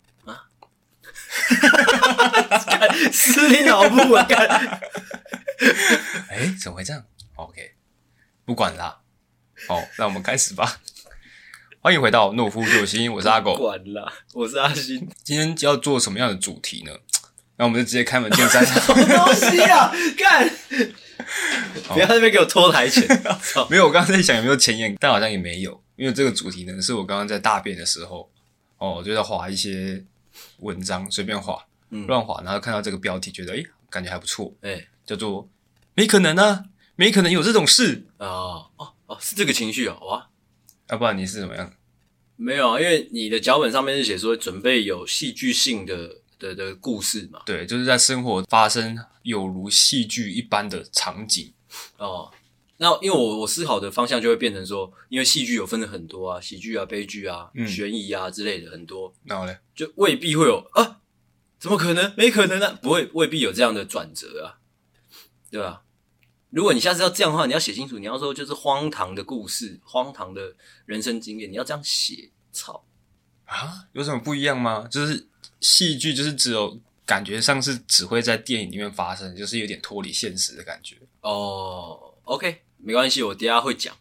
Speaker 1: 干失灵脑部啊！干
Speaker 2: 哎，怎么会这样？OK，不管啦。好，那我们开始吧。欢迎回到懦夫救星，我是阿狗。
Speaker 1: 管啦，我是阿星。
Speaker 2: 今天要做什么样的主题呢？那我们就直接开门见山。
Speaker 1: 什么东西啊？干！不要在那边给我拖台前。操
Speaker 2: 没有，我刚刚在想有没有前言，但好像也没有，因为这个主题呢，是我刚刚在大便的时候，哦，我就在划一些文章，随便划，
Speaker 1: 嗯
Speaker 2: 乱划，然后看到这个标题，觉得诶，感觉还不错，
Speaker 1: 哎
Speaker 2: 叫做“没可能啊，没可能有这种事
Speaker 1: 哦哦哦，是这个情绪哦，哇！”，
Speaker 2: 要、不然你是怎么样？
Speaker 1: 没有啊，因为你的脚本上面是写说准备有戏剧性的的的故事嘛。
Speaker 2: 对，就是在生活发生有如戏剧一般的场景。
Speaker 1: 哦，那因为我我思考的方向就会变成说，因为戏剧有分了很多啊，喜剧啊、悲剧啊、
Speaker 2: 嗯
Speaker 1: 悬疑啊之类的很多，
Speaker 2: 那我嘞，
Speaker 1: 就未必会有啊，怎么可能？没可能啊，不会，未必有这样的转折啊，对吧、如果你下次要这样的话，你要写清楚，你要说就是荒唐的故事、荒唐的人生经验，你要这样写。操，
Speaker 2: 啊，有什么不一样吗？就是戏剧，就是只有感觉上是只会在电影里面发生，就是有点脱离现实的感觉。
Speaker 1: 哦，OK，没关系，我等一下会讲。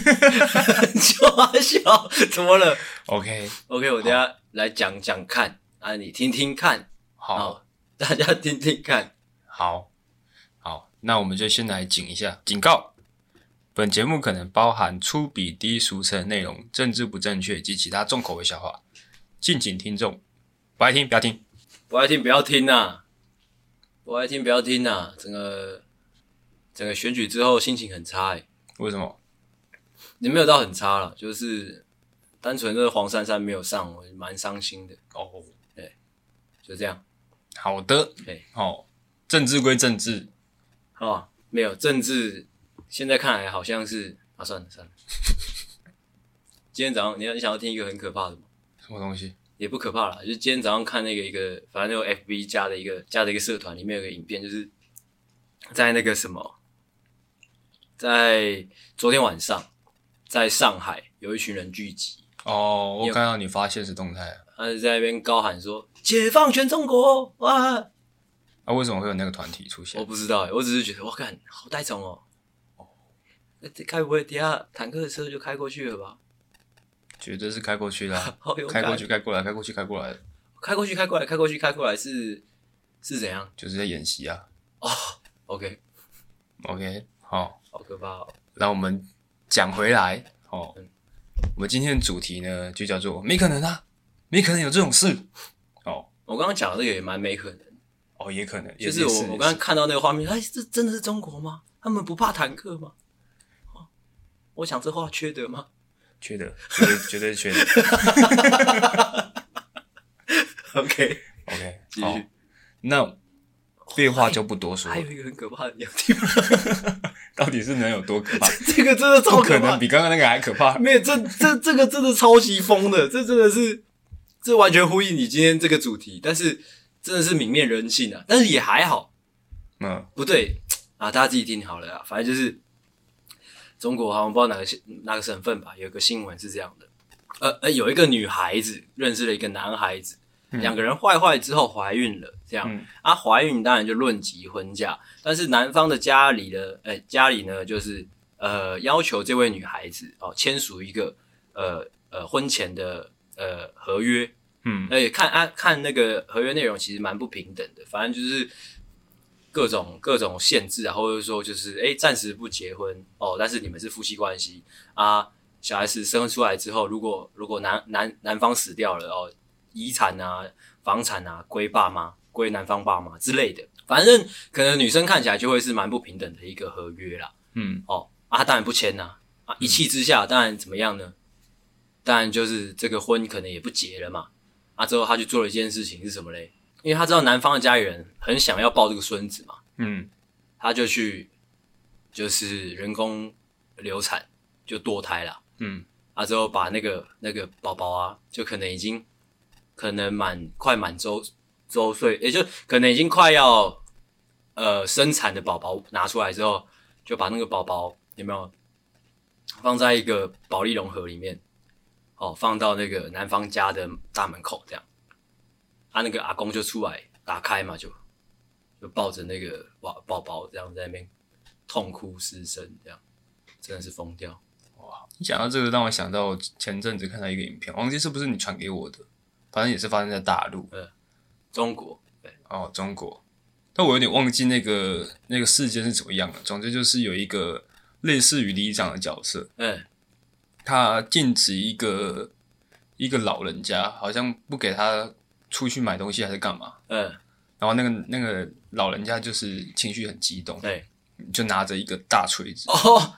Speaker 1: 就啊笑，怎么了？
Speaker 2: OK，
Speaker 1: OK，我等一下来讲讲看啊，你听听看
Speaker 2: 好，
Speaker 1: 哦，大家听听看。
Speaker 2: 好，好，那我们就先来警一下，警告。本节目可能包含粗鄙、低俗成的内容、政治不正确及其他重口味笑话，敬请听众不爱听不要听。
Speaker 1: 不爱听不要听呐、不爱听不要听呐、整个整个选举之后心情很差哎、
Speaker 2: 为什么？
Speaker 1: 也没有到很差了，就是单纯的黄珊珊没有上，我蛮伤心的。
Speaker 2: 哦，
Speaker 1: 就这样，
Speaker 2: 好的
Speaker 1: 对，
Speaker 2: 哦，政治归政治，
Speaker 1: 好吧？没有政治，现在看来好像是啊，算了算了。今天早上你要你想要听一个很可怕的吗？
Speaker 2: 什么东西？
Speaker 1: 也不可怕啦，就是今天早上看那个一个，反正有 FB 加的一个加的一个社团，里面有个影片，就是在那个什么，在昨天晚上，在上海有一群人聚集，
Speaker 2: 哦，我
Speaker 1: 有
Speaker 2: 看到你发现实动态了
Speaker 1: 他就在那边高喊说“解放全中国”哇！
Speaker 2: 啊，为什么会有那个团体出
Speaker 1: 我
Speaker 2: 现？
Speaker 1: 不知道、欸，我只是觉得，我看好带种哦。那这该不会等一下坦克车就开过去了吧？
Speaker 2: 绝对是开过去的啊、
Speaker 1: 好 有
Speaker 2: 开
Speaker 1: 感
Speaker 2: 过去，，开过来，开过去，开过来，
Speaker 1: 开过去，开过来，开过去，开过来是是怎样
Speaker 2: 就是在演习啊。
Speaker 1: ？OK，
Speaker 2: OK，好，
Speaker 1: 好可怕哦。
Speaker 2: 那我们讲回来哦
Speaker 1: 嗯，
Speaker 2: 我们今天的主题呢，就叫做“没可能啊，没可能有这种事”。哦
Speaker 1: 我刚刚讲的这个也蛮没可能，
Speaker 2: 哦，也可能，也
Speaker 1: 就是
Speaker 2: 也
Speaker 1: 我我刚刚看到那个画面，哎，这真的是中国吗？他们不怕坦克吗？哦我想这话缺德吗？
Speaker 2: 缺德，绝对 绝对是缺德。
Speaker 1: OK，
Speaker 2: OK，
Speaker 1: 继续哎
Speaker 2: 好，那废话就不多说
Speaker 1: 还有
Speaker 2: 了。
Speaker 1: 一个很可怕的鸟地方，
Speaker 2: 到底是能有多可怕？
Speaker 1: 这个真的超
Speaker 2: 不
Speaker 1: 可
Speaker 2: 可
Speaker 1: 怕
Speaker 2: 能，比刚刚那个还可怕。
Speaker 1: 没有这这这个真的超级疯的，这真的是这完全呼应你今天这个主题，但是真的是泯灭人性啊，但是也还好，
Speaker 2: 嗯，
Speaker 1: 不对啊，大家自己听好了啊，反正就是中国好像不知道哪个县哪个省份吧，有个新闻是这样的，呃呃，有一个女孩子认识了一个男孩子，两个人坏坏之后怀孕了，这样、
Speaker 2: 嗯
Speaker 1: 啊，怀孕当然就论及婚嫁，但是男方的家里的呃家里呢，就是呃要求这位女孩子哦签署一个呃呃婚前的呃合约，
Speaker 2: 嗯
Speaker 1: 而且看啊看那个合约内容其实蛮不平等的，反正就是各种各种限制啊，或者说就是哎暂时不结婚哦，但是你们是夫妻关系啊，小孩子生出来之后，如果如果男男男方死掉了哦，遗产啊、房产啊归爸妈、归男方爸妈之类的，反正可能女生看起来就会是蛮不平等的一个合约啦。
Speaker 2: 嗯，
Speaker 1: 哦，啊，他当然不签呐、啊，一气之下，当然怎么样呢？当然就是这个婚可能也不结了嘛。啊，之后他去做了一件事情是什么嘞？因为他知道男方的家里人很想要抱这个孙子嘛，
Speaker 2: 嗯，
Speaker 1: 他就去就是人工流产，就堕胎啦。
Speaker 2: 嗯，
Speaker 1: 啊，之后把那个那个宝宝啊，就可能已经可能满快满周周岁，也就可能已经快要呃生产的宝宝拿出来之后，就把那个宝宝有没有放在一个保利龙盒里面，哦，放到那个男方家的大门口这样，啊，那个阿公就出来打开嘛，就就抱着那个宝宝宝这样在那边痛哭失声，这样真的是疯掉。
Speaker 2: 你讲到这个，让我想到我前阵子看到一个影片，忘记是不是你传给我的，反正也是发生在大陆
Speaker 1: 中国，对，
Speaker 2: 哦，中国。但我有点忘记那个那个事件是怎么样了。总之就是有一个类似于里长的角色，
Speaker 1: 嗯
Speaker 2: 他禁止一个一个老人家，好像不给他出去买东西还是干嘛。
Speaker 1: 嗯，
Speaker 2: 然后那个那个老人家就是情绪很激动，
Speaker 1: 对，
Speaker 2: 就拿着一个大锤子，
Speaker 1: 哦，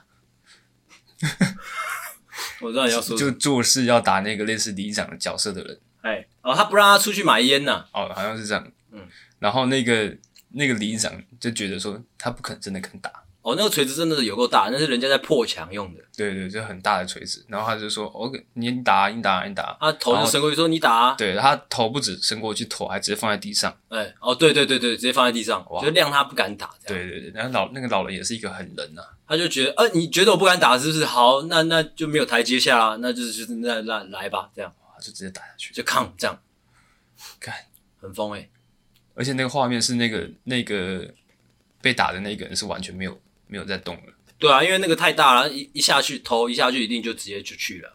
Speaker 1: 我知道你要说什么，
Speaker 2: 就做事要打那个类似里长的角色的人。
Speaker 1: 哎，哦，他不让他出去买烟呐、
Speaker 2: 哦，好像是这样。
Speaker 1: 嗯，
Speaker 2: 然后那个那个里长就觉得说他不可能真的肯打，
Speaker 1: 哦，那个锤子真的是有够大，那是人家在破墙用的，
Speaker 2: 对对，就很大的锤子。然后他就说：“OK，你打啊，你打啊，你打啊。
Speaker 1: 他头就伸过去说你打、啊，
Speaker 2: 对他头不止伸过去，头还直接放在地上。
Speaker 1: 哎，哦，对对对对，直接放在地上，
Speaker 2: 哇
Speaker 1: 就让他不敢打，这样，
Speaker 2: 对对对，然后老那个老人也是一个狠人呐、
Speaker 1: 他就觉得，呃，你觉得我不敢打是不是？好，那那就没有台阶下啊，那就是就是那那来吧，这样
Speaker 2: 哇就直接打下去。
Speaker 1: 就抗这样，
Speaker 2: 看，
Speaker 1: 很疯哎、欸，
Speaker 2: 而且那个画面是那个那个被打的那个人是完全没有没有在动的，
Speaker 1: 对啊，因为那个太大了，一一下去头一下去一定就直接就去了。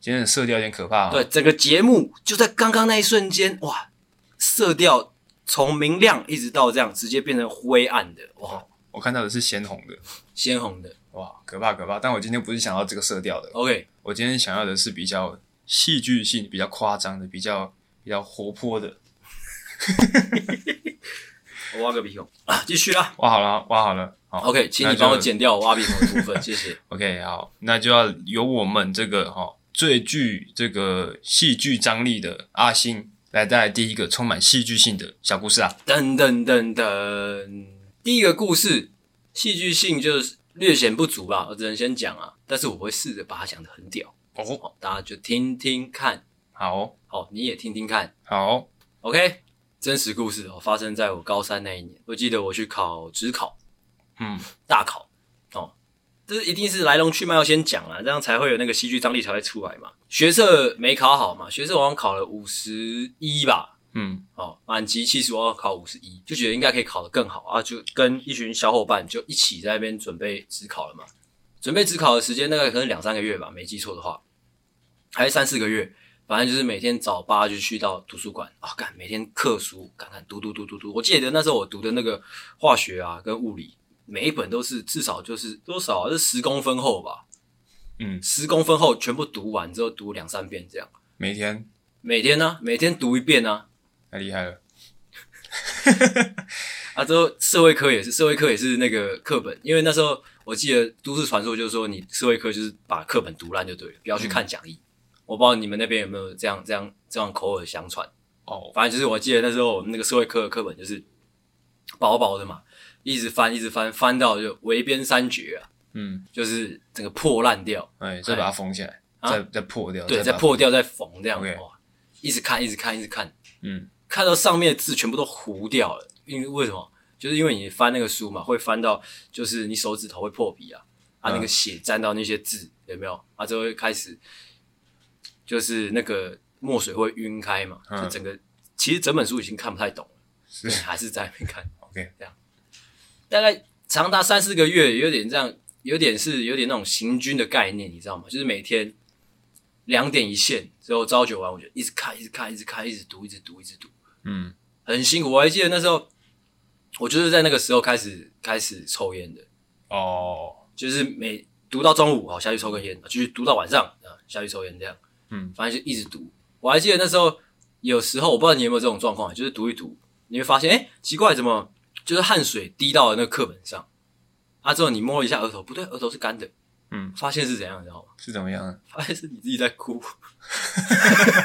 Speaker 2: 今天的色调有点可怕、啊。
Speaker 1: 对，整个节目就在刚刚那一瞬间，哇，色调从明亮一直到这样，直接变成灰暗的，哇，
Speaker 2: 我看到的是鲜红的，
Speaker 1: 鲜红的。
Speaker 2: 哇，可怕可怕！但我今天不是想要这个色调的，
Speaker 1: OK，
Speaker 2: 我今天想要的是比较戏剧性、比较夸张的、比较比较活泼的。
Speaker 1: 我挖个鼻孔啊，继续啦。
Speaker 2: 挖好了，啊挖好了，好
Speaker 1: OK，请
Speaker 2: 那
Speaker 1: 你
Speaker 2: 就
Speaker 1: 帮我剪掉我挖鼻孔的部分，谢谢。
Speaker 2: OK，好，那就要由我们这个哈、哦、最具这个戏剧张力的阿星来带来第一个充满戏剧性的小故事啊。
Speaker 1: 噔噔噔噔，第一个故事戏剧性就是略显不足吧，我只能先讲啊，但是我会试着把它讲得很屌，
Speaker 2: 哦，
Speaker 1: 大家就听听看，
Speaker 2: 好
Speaker 1: 好，你也听听看。
Speaker 2: 好，
Speaker 1: OK，真实故事哦，发生在我高三那一年，我记得我去考职考。
Speaker 2: 嗯，
Speaker 1: 大考哦，这一定是来龙去脉要先讲啊啦，这样才会有那个戏剧张力才会出来嘛。学测没考好嘛，学测好像考了五十一吧，
Speaker 2: 嗯
Speaker 1: 哦，满级七十，我考五十一，就觉得应该可以考得更好啊，就跟一群小伙伴就一起在那边准备职考了嘛。准备职考的时间大概可能两三个月吧，没记错的话，还是三四个月，反正就是每天早八就去到图书馆啊，干每天课书，看看读读读读读。我记得那时候我读的那个化学啊跟物理，每一本都是至少就是多少啊、是十公分厚吧，
Speaker 2: 嗯，
Speaker 1: 十公分厚全部读完之后读两三遍这样，
Speaker 2: 每天
Speaker 1: 每天呢、每天读一遍啊，
Speaker 2: 太厉害了。
Speaker 1: 啊，之后社会科也是，社会科也是那个课本，因为那时候我记得都市传说就是说，你社会科就是把课本读烂就对了，不要去看讲义。我不知道你们那边有没有这样这样这样口耳相传，
Speaker 2: 哦，
Speaker 1: 反正就是我记得那时候我们那个社会科的课本就是薄薄的嘛，一直翻一直翻，翻到就围边三绝啊，
Speaker 2: 嗯，
Speaker 1: 就是整个破烂掉，
Speaker 2: 哎，再把它封起来，
Speaker 1: 啊
Speaker 2: 再再破掉，
Speaker 1: 对，
Speaker 2: 再
Speaker 1: 再
Speaker 2: 把它
Speaker 1: 破。掉再缝这样
Speaker 2: OK
Speaker 1: 哇，一直看一直看一直看，
Speaker 2: 嗯，
Speaker 1: 看到上面的字全部都糊掉了，因为为什么？就是因为你翻那个书嘛，会翻到就是你手指头会破皮啊，啊
Speaker 2: 嗯
Speaker 1: 那个血沾到那些字有没有？啊就会开始就是那个墨水会晕开嘛，
Speaker 2: 嗯
Speaker 1: 就整个其实整本书已经看不太懂了，
Speaker 2: 是
Speaker 1: 你还是在那边看，
Speaker 2: OK，
Speaker 1: 大概长达三四个月，有点这样，有点是有点那种行军的概念，你知道吗？就是每天两点一线，之后朝九晚五就一直看，一直看，一直看，一直读，一直读，一直读。
Speaker 2: 嗯，
Speaker 1: 很辛苦。我还记得那时候，我就是在那个时候开始开始抽烟的，
Speaker 2: 哦，
Speaker 1: 就是每读到中午，好下去抽根烟，继续读到晚上啊，下去抽烟这样。
Speaker 2: 嗯，
Speaker 1: 反正就一直读。我还记得那时候有时候，我不知道你有没有这种状况，就是读一读，你会发现，哎、奇怪，怎么就是汗水滴到了那个课本上？啊，之后你摸一下额头，不对，额头是干的。
Speaker 2: 嗯，
Speaker 1: 发现是怎样，你知道吗？
Speaker 2: 是怎么样啊呢？
Speaker 1: 发现是你自己在哭。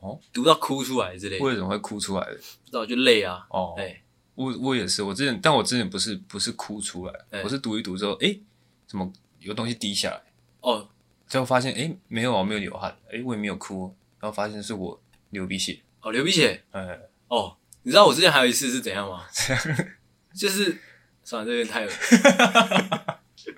Speaker 2: 哦，
Speaker 1: 读到哭出来之类的，
Speaker 2: 为什么会哭出来的？
Speaker 1: 不知道就累啊。
Speaker 2: 哦，
Speaker 1: 哎、
Speaker 2: 我我也是，我之前，但我之前不是不是哭出来，
Speaker 1: 哎
Speaker 2: 我是读一读之后，诶，怎么有东西滴下来？
Speaker 1: 哦，
Speaker 2: 最后发现，诶，没有啊，没有流汗，诶，我也没有哭哦，然后发现是我流鼻血，
Speaker 1: 哦，流鼻血
Speaker 2: 哎，
Speaker 1: 哦，你知道我之前还有一次是怎样吗？就是算了，这边太恶心。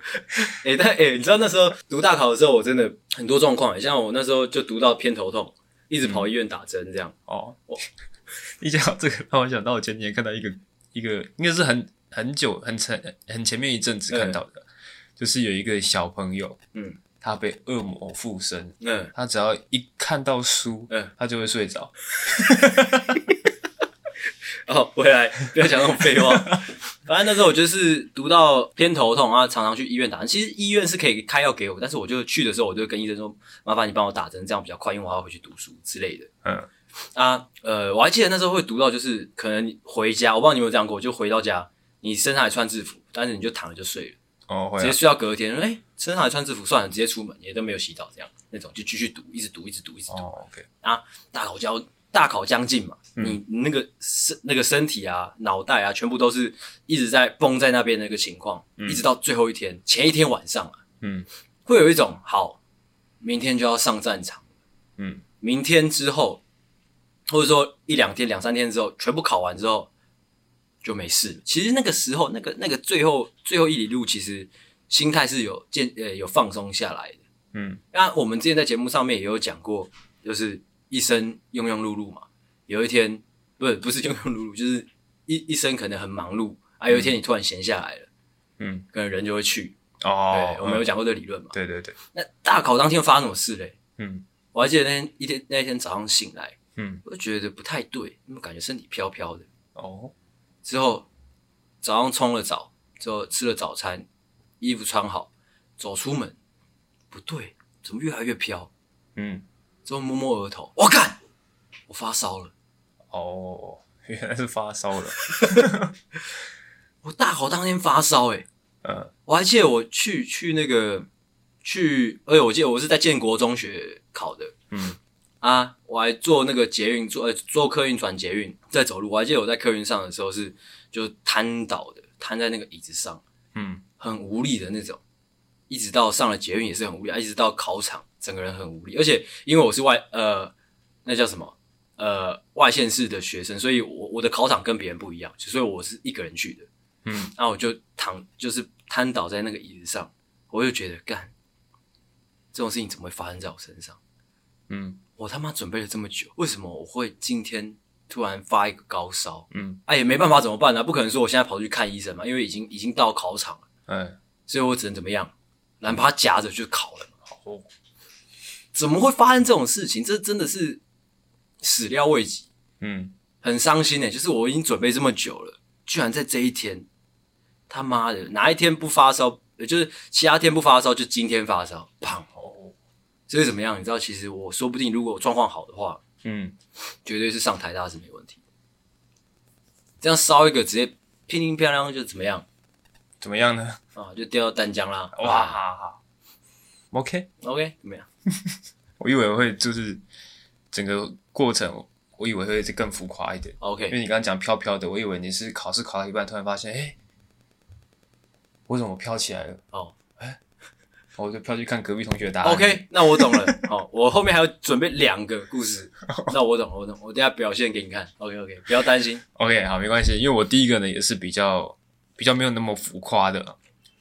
Speaker 1: 哎、但哎、欸你知道那时候读大考的时候，我真的很多状况、欸，像我那时候就读到偏头痛，一直跑医院打针这样。
Speaker 2: 哦
Speaker 1: 我，
Speaker 2: 你讲到这个让我想到我前几天看到一个一个，应该是很很久很前很前面一阵子看到的，就是有一个小朋友，
Speaker 1: 嗯，
Speaker 2: 他被恶魔附身，
Speaker 1: 嗯
Speaker 2: 他只要一看到书，
Speaker 1: 嗯，
Speaker 2: 他就会睡着。
Speaker 1: 哦，回来不要讲那种废话。反正那时候我就是读到偏头痛啊，常常去医院打针。其实医院是可以开药给我，但是我就去的时候，我就跟医生说，麻烦你帮我打针，这样比较快，因为我要回去读书之类的。
Speaker 2: 嗯，
Speaker 1: 啊，呃，我还记得那时候会读到，就是可能你回家，我不知道你有没有这样过，就回到家，你身上还穿制服，但是你就躺着就睡了，
Speaker 2: 哦，会
Speaker 1: 直
Speaker 2: 啊
Speaker 1: 接睡到隔天，哎、身上还穿制服，算了，直接出门，也都没有洗澡，这样那种就继续读，一直读，一直读，一直读。
Speaker 2: 哦，OK，
Speaker 1: 大考将大考将近嘛，
Speaker 2: 嗯
Speaker 1: 你你那个身那个身体啊、脑袋啊，全部都是一直在绷在那边的一个情况，一直到最后一天，前一天晚上啊，
Speaker 2: 嗯
Speaker 1: 会有一种好，明天就要上战场。
Speaker 2: 嗯，
Speaker 1: 明天之后，或者说一两天、两三天之后，全部考完之后就没事了。其实那个时候，那个那个最后最后一里路，其实心态是有渐呃有放松下来的。
Speaker 2: 嗯，
Speaker 1: 那我们之前在节目上面也有讲过，就是一生庸庸碌碌嘛，有一天不是不是庸庸碌碌，就是一一生可能很忙碌啊，有一天你突然闲下来了，
Speaker 2: 嗯，
Speaker 1: 可能人就会去。
Speaker 2: 哦
Speaker 1: 对，，我们有
Speaker 2: 嗯
Speaker 1: 讲过这个理论嘛？
Speaker 2: 对对对，
Speaker 1: 那大考当天发生什么事嘞？
Speaker 2: 嗯
Speaker 1: 我还记得那天一天那天早上醒来。
Speaker 2: 嗯，
Speaker 1: 我就觉得不太对，因为感觉身体飘飘的。
Speaker 2: 哦，
Speaker 1: 之后早上冲了澡，之后吃了早餐，衣服穿好，走出门，不对，怎么越来越飘？
Speaker 2: 嗯
Speaker 1: 之后摸摸额头，我干，我发烧了。
Speaker 2: 哦，原来是发烧了，
Speaker 1: 我大考当天发烧，诶，
Speaker 2: 嗯
Speaker 1: 我还记得我去去那个去，而且我记得我是在建国中学考的，
Speaker 2: 嗯
Speaker 1: 啊，我还坐那个捷运，坐呃坐客运转捷运，在走路。我还记得我在客运上的时候是就瘫倒的，瘫在那个椅子上。
Speaker 2: 嗯，
Speaker 1: 很无力的那种，一直到上了捷运也是很无力，啊一直到考场，整个人很无力。而且因为我是外呃，那叫什么呃外县市的学生，所以我我的考场跟别人不一样，所以我是一个人去的。
Speaker 2: 嗯，
Speaker 1: 那我就躺就是瘫倒在那个椅子上，我就觉得干这种事情怎么会发生在我身上？
Speaker 2: 嗯
Speaker 1: 我他妈准备了这么久，为什么我会今天突然发一个高烧？
Speaker 2: 嗯，
Speaker 1: 哎、也没办法，怎么办呢、不可能说我现在跑去看医生嘛，因为已经已经到考场了。
Speaker 2: 哎，
Speaker 1: 所以我只能怎么样，懒把它夹着就烤了嘛。
Speaker 2: 好哦，
Speaker 1: 怎么会发生这种事情？这真的是始料未及，
Speaker 2: 嗯
Speaker 1: 很伤心呢、就是我已经准备这么久了，居然在这一天，他妈的哪一天不发烧呃就是其他天不发烧，就今天发烧，砰！
Speaker 2: 哦，
Speaker 1: 这是怎么样？你知道，其实我说不定如果我状况好的话，
Speaker 2: 嗯，
Speaker 1: 绝对是上台大是没问题。这样烧一个直接乒乒乓乓就怎么样
Speaker 2: 怎么样呢？
Speaker 1: 啊？就掉到丹江啦！啊
Speaker 2: 哇哈哈，OK，
Speaker 1: ，OK，怎么样？
Speaker 2: 我以为会就是整个过程，我以为会是更浮夸一点，因
Speaker 1: OK，
Speaker 2: 为你刚刚讲飘飘的，我以为你是考试考到一半，突然发现，哎、我怎么飘起来了？
Speaker 1: 哦，
Speaker 2: 哎、我就飘去看隔壁同学的答案。
Speaker 1: OK，那我懂了。 好，我后面还要准备两个故事，那我懂了，我懂了，我等一下表现给你看。OK，OK，不要担心。
Speaker 2: OK，好，没关系，因为我第一个呢也是比较比较没有那么浮夸的。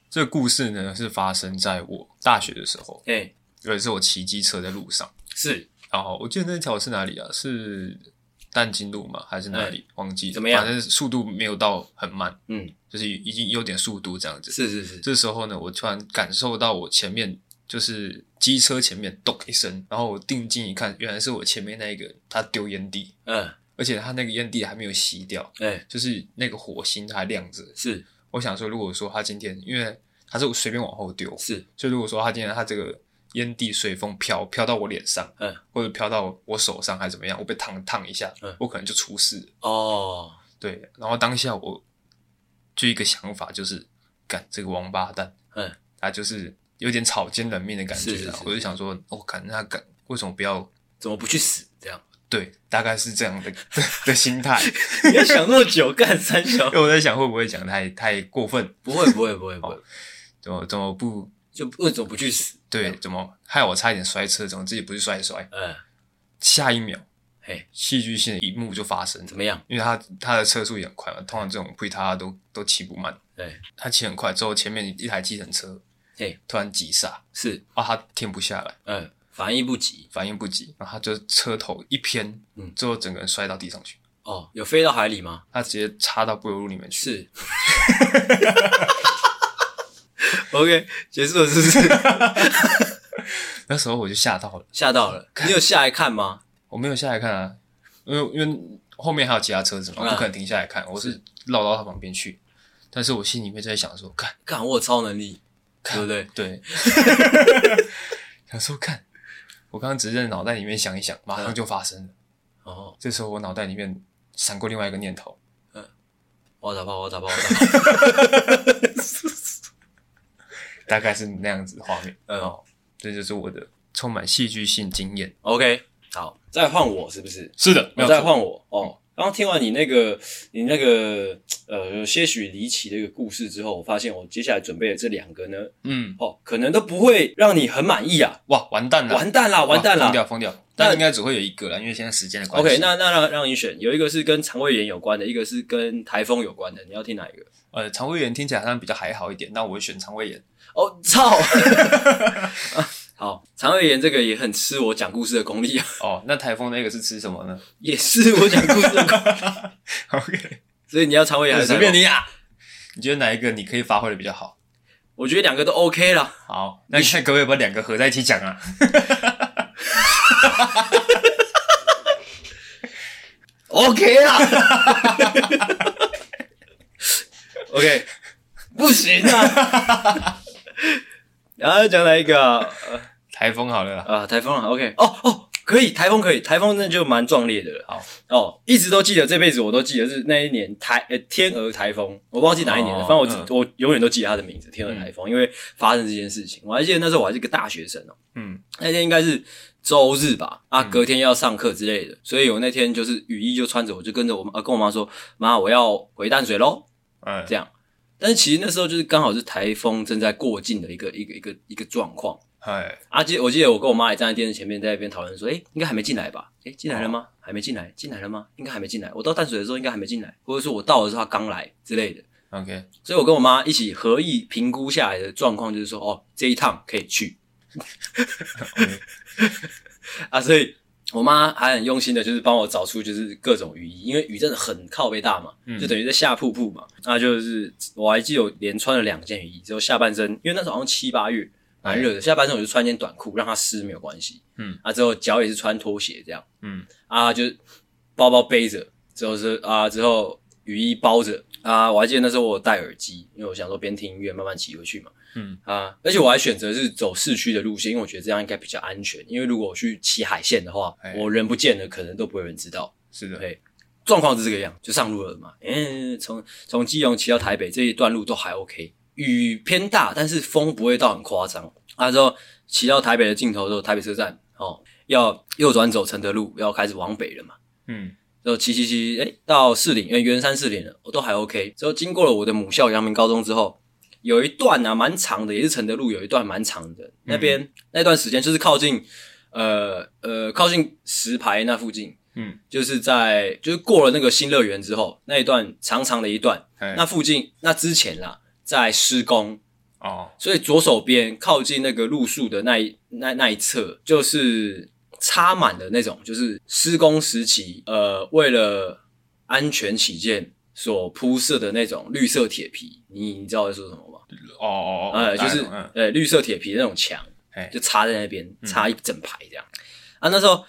Speaker 2: 这个故事呢是发生在我大学的时候，
Speaker 1: 哎，
Speaker 2: 有一次我骑机车在路上，
Speaker 1: 是
Speaker 2: 然后哦我记得那条是哪里啊？是淡金路吗？还是哪里？忘记了
Speaker 1: 嗯怎么样
Speaker 2: 反正速度没有到很慢，
Speaker 1: 嗯，
Speaker 2: 就是已经有点速度这样子。
Speaker 1: 是是是，
Speaker 2: 这时候呢，我突然感受到我前面就是机车前面咚一声，然后我定睛一看，原来是我前面那一个人他丢烟蒂，
Speaker 1: 嗯，
Speaker 2: 而且他那个烟蒂还没有熄掉，
Speaker 1: 哎，
Speaker 2: 就是那个火星还亮着。
Speaker 1: 是
Speaker 2: 我想说，如果说他今天，因为他是随便往后丢，
Speaker 1: 是，
Speaker 2: 所以如果说他今天他这个烟蒂随风飘飘到我脸上，
Speaker 1: 嗯，
Speaker 2: 或者飘到我手上还是怎么样，我被烫烫一下，
Speaker 1: 嗯
Speaker 2: 我可能就出事了。
Speaker 1: 哦，
Speaker 2: 对，然后当下我就一个想法就是，干这个王八蛋，
Speaker 1: 嗯，
Speaker 2: 他就是有点草菅人命的感觉啊。
Speaker 1: 是是是
Speaker 2: 我就想说，我、哦、干那他干为什么不要？
Speaker 1: 怎么不去死？这样，
Speaker 2: 对，大概是这 样的的心态。
Speaker 1: 你要想那么久干三小
Speaker 2: 因？为我在想，会不会讲太太过分？
Speaker 1: 不会不会不会不会，
Speaker 2: 怎么怎么不
Speaker 1: 就为什么不去死？
Speaker 2: 对？怎么害我差一点摔车？怎么自己不去摔一摔？
Speaker 1: 嗯，
Speaker 2: 下一秒，
Speaker 1: 嘿，
Speaker 2: 戏剧性的一幕就发生了
Speaker 1: 怎。么样？
Speaker 2: 因为他他的车速也很快嘛，通常这种推他都都骑不慢，
Speaker 1: 对，
Speaker 2: 他骑很快之后，前面一台计程车
Speaker 1: 嘿，
Speaker 2: 突然急刹，
Speaker 1: 是，
Speaker 2: 啊，他停不下来，
Speaker 1: 嗯，反应不及，
Speaker 2: 反应不及，然后他就车头一偏，
Speaker 1: 嗯
Speaker 2: 最后整个人摔到地上去，
Speaker 1: 哦，有飞到海里吗？
Speaker 2: 他直接插到柏油路里面去。
Speaker 1: 是。OK，结束了是不是？
Speaker 2: 那时候我就吓到了，
Speaker 1: 吓到了，你有下来看吗？
Speaker 2: 我没有下来看啊，因为因为后面还有其他车子嘛，
Speaker 1: 嗯
Speaker 2: 我不可能停下来看，我是绕到他旁边去。但是我心里面就在想说，看，
Speaker 1: 看我有超能力，对不对？
Speaker 2: 对，想说看，我刚刚只是在脑袋里面想一想，马
Speaker 1: 嗯
Speaker 2: 上就发生了。
Speaker 1: 哦，
Speaker 2: 这时候我脑袋里面闪过另外一个念头，
Speaker 1: 我打炮，我打炮，我打炮。
Speaker 2: 大概是那样子的画面。
Speaker 1: 嗯
Speaker 2: 哦，这就是我的充满戏剧性经验。
Speaker 1: OK，好，再换我是不是？
Speaker 2: 是的，
Speaker 1: 我再换我哦。刚刚听完你那个你那个呃有些许离奇的一个故事之后，我发现我接下来准备的这两个呢，
Speaker 2: 嗯，
Speaker 1: 哦，可能都不会让你很满意啊，
Speaker 2: 哇，完蛋了，
Speaker 1: 完蛋啦，完蛋
Speaker 2: 哇
Speaker 1: 啦
Speaker 2: 疯。掉，疯掉。
Speaker 1: 那
Speaker 2: 但应该只会有一个了，因为现在时间的关系。
Speaker 1: OK，那那让让你选，有一个是跟肠胃炎有关的，一个是跟台风有关的，你要听哪一个？
Speaker 2: 呃，肠胃炎听起来好像比较还好一点，那我会选肠胃炎。
Speaker 1: 哦，操！ 啊好，肠胃炎这个也很吃我讲故事的功力啊，
Speaker 2: 哦，那台风那个是吃什么呢
Speaker 1: 也是我讲故事的功力，
Speaker 2: ？OK，
Speaker 1: 所以你要肠胃炎还是
Speaker 2: 随便
Speaker 1: 台风，
Speaker 2: 你啊。你觉得哪一个你可以发挥的比较好？
Speaker 1: 我觉得两个都 OK 啦。
Speaker 2: 好，那你看可不可以把两个合在一起讲啊？
Speaker 1: OK 啊 ，OK，不行啊。 然后讲哪一个啊？
Speaker 2: 台风好了啦，
Speaker 1: 啊，台风啊，OK，哦哦，可以，台风可以，台风那就蛮壮烈的了。
Speaker 2: 好
Speaker 1: 哦，一直都记得，这辈子我都记得是那一年台呃天鹅台风，我忘记哪一年了，
Speaker 2: 哦
Speaker 1: 反正我只、
Speaker 2: 嗯
Speaker 1: 我永远都记得它的名字天鹅台风，因为发生这件事情，我还记得那时候我还是个大学生哦，
Speaker 2: 嗯，
Speaker 1: 那天应该是周日吧，啊，隔天要上课之类的，所以我那天就是雨衣就穿着，我就跟着我妈、呃跟我妈说，妈，我要回淡水喽，
Speaker 2: 嗯
Speaker 1: 这样。但是其实那时候就是刚好是台风正在过境的一个一个一个一个状况，
Speaker 2: 哎，
Speaker 1: 啊，记我记得我跟我妈也站在电视前面，在那边讨论说，诶、应该还没进来吧？诶、进来了吗？还没进来，进来了吗？应该还没进来。我到淡水的时候应该还没进来，或者说我到的时候他刚来之类的。
Speaker 2: OK，
Speaker 1: 所以我跟我妈一起合意评估下来的状况就是说，哦，这一趟可以去。 啊，所以我妈还很用心的，就是帮我找出就是各种雨衣，因为雨真的很靠背大嘛，就等于在下瀑布嘛。那就是我还记得我连穿了两件雨衣，之后下半身，因为那时候好像七八月，蛮热的，下半身我就穿件短裤，让它湿没有关系。
Speaker 2: 嗯，
Speaker 1: 啊，之后脚也是穿拖鞋这样。
Speaker 2: 嗯，
Speaker 1: 啊，就是包包背着，之后是啊，之后雨衣包着，啊，我还记得那时候我有戴耳机，因为我想说边听音乐慢慢骑回去嘛。
Speaker 2: 嗯
Speaker 1: 啊，而且我还选择是走市区的路线，因为我觉得这样应该比较安全。因为如果我去骑海线的话
Speaker 2: 哎，
Speaker 1: 我人不见了，可能都不会有人知道。
Speaker 2: 是的，
Speaker 1: 对，状况是这个样，就上路了嘛。嗯，从从基隆骑到台北这一段路都还 OK，雨偏大，但是风不会到很夸张。啊，之后骑到台北的尽头之后，台北车站哦，要右转走承德路，要开始往北了嘛。
Speaker 2: 嗯，
Speaker 1: 之后骑骑骑，哎、到士林，哎、圆山士林了，我都还 OK。之后经过了我的母校阳明高中之后，有一段啊蛮长的，也是承德路有一段蛮长的，那边、那段时间就是靠近，呃呃，靠近石牌那附近，
Speaker 2: 嗯，
Speaker 1: 就是在就是过了那个新乐园之后，那一段长长的一段，
Speaker 2: 哎
Speaker 1: 那附近那之前啦，在施工，
Speaker 2: 哦，
Speaker 1: 所以左手边靠近那个路树的那一那那一侧，就是插满了那种，就是施工时期，呃，为了安全起见所铺设的那种绿色铁皮，你你知道我在说什么吗？
Speaker 2: 哦哦哦，
Speaker 1: 呃，就是
Speaker 2: 当然了
Speaker 1: 呃绿色铁皮的那种墙
Speaker 2: 哎，
Speaker 1: 就插在那边，插一整排这样。啊，那时候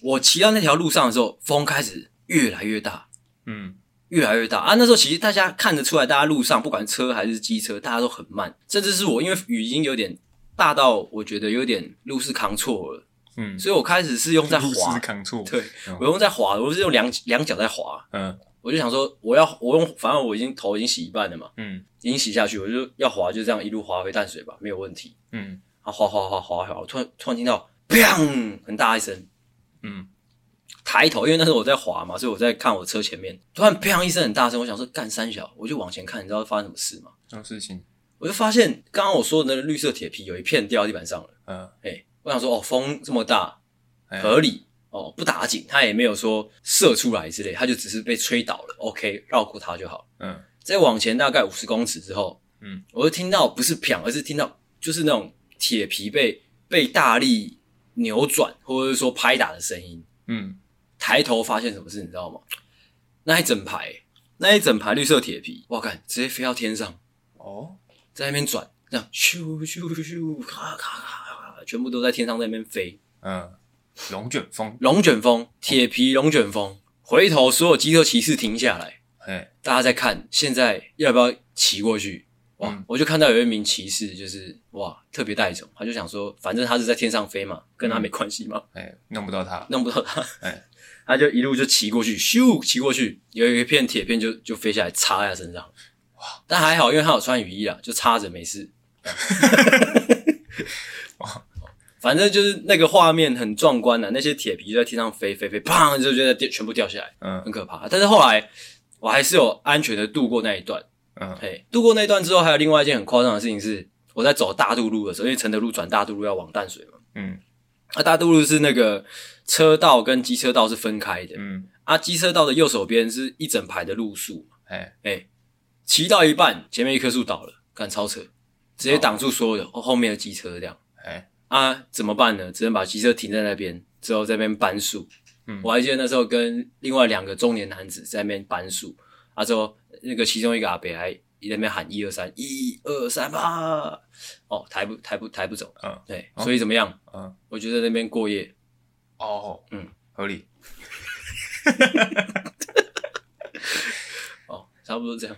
Speaker 1: 我骑到那条路上的时候，风开始越来越大，
Speaker 2: 嗯
Speaker 1: 越来越大啊！那时候其实大家看得出来，大家路上不管车还是机车，大家都很慢，甚至是我，因为雨已经有点大到我觉得有点路是扛错了，
Speaker 2: 嗯，
Speaker 1: 所以我开始是用在
Speaker 2: 路
Speaker 1: 滑
Speaker 2: 是，扛错，
Speaker 1: 对
Speaker 2: 嗯
Speaker 1: 我用在滑，我是用两两脚在滑，
Speaker 2: 嗯
Speaker 1: 我就想说我要我用，反正我已经头已经洗一半了嘛，
Speaker 2: 嗯
Speaker 1: 已经洗下去，我就要滑，就这样一路滑回淡水吧，没有问题。
Speaker 2: 嗯
Speaker 1: 啊，滑滑滑滑滑，我突然突然听到砰很大一声，
Speaker 2: 嗯，
Speaker 1: 抬头，因为那时候我在滑嘛，所以我在看我车前面，突然砰一声很大声，我想说干三小，我就往前看，你知道发生什么事吗？
Speaker 2: 这种事情，
Speaker 1: 我就发现刚刚我说的那个绿色铁皮有一片掉地板上了，
Speaker 2: 嗯，
Speaker 1: 哎、我想说哦，风这么大，
Speaker 2: 哎
Speaker 1: 合理。哦，不打紧，它也没有说射出来之类，它就只是被吹倒了。OK，绕过它就好。
Speaker 2: 嗯
Speaker 1: 再往前大概五十公尺之后，
Speaker 2: 嗯，
Speaker 1: 我就听到不是砰，而是听到就是那种铁皮被被大力扭转或者是说拍打的声音。
Speaker 2: 嗯
Speaker 1: 抬头发现什么事，你知道吗？那一整排，那一整排绿色铁皮，哇，看直接飞到天上，
Speaker 2: 哦，
Speaker 1: 在那边转，这样咻咻咻，咔咔咔，咔全部都在天上在那边飞。
Speaker 2: 嗯，龙卷风，
Speaker 1: 龙卷风，铁皮龙卷风。回头，所有机车骑士停下来，
Speaker 2: 哎，
Speaker 1: 大家在看，现在要不要骑过去？哇！
Speaker 2: 嗯
Speaker 1: 我就看到有一名骑士，就是哇，特别带种，他就想说，反正他是在天上飞嘛，跟他没关系嘛，
Speaker 2: 哎，弄不到它，
Speaker 1: 弄不到他，
Speaker 2: 哎
Speaker 1: 他就一路就骑过去，咻骑过去，有一片铁片就就飞下来插在他身上，哇！但还好，因为他有穿雨衣啊，就插着没 事。反正就是那个画面很壮观的、啊那些铁皮就在天上飞飞飞，砰就觉得掉全部掉下来，很
Speaker 2: 嗯
Speaker 1: 可怕。但是后来我还是有安全的度过那一段，
Speaker 2: 嗯
Speaker 1: 嘿，度过那一段之后，还有另外一件很夸张的事情是，我在走大渡路的时候，因为承德路转大渡路要往淡水嘛，
Speaker 2: 嗯
Speaker 1: 啊，大渡路是那个车道跟机车道是分开的，
Speaker 2: 嗯，
Speaker 1: 啊，机车道的右手边是一整排的路树，
Speaker 2: 哎，
Speaker 1: 哎、骑到一半，前面一棵树倒了，干超扯，直接挡住所有的、哦后面的机车这样，
Speaker 2: 哎，
Speaker 1: 啊，怎么办呢？只能把机车停在那边，之后在那边搬树。
Speaker 2: 嗯
Speaker 1: 我还记得那时候跟另外两个中年男子在那边搬树，啊，之后那个其中一个阿北还在那边喊一二三，一二三吧，哦，抬不抬不抬不走，
Speaker 2: 嗯
Speaker 1: 对，
Speaker 2: 哦
Speaker 1: 所以怎么样？
Speaker 2: 嗯，
Speaker 1: 我就在那边过夜，
Speaker 2: 哦，
Speaker 1: 嗯，
Speaker 2: 合理，
Speaker 1: 哦，差不多这样。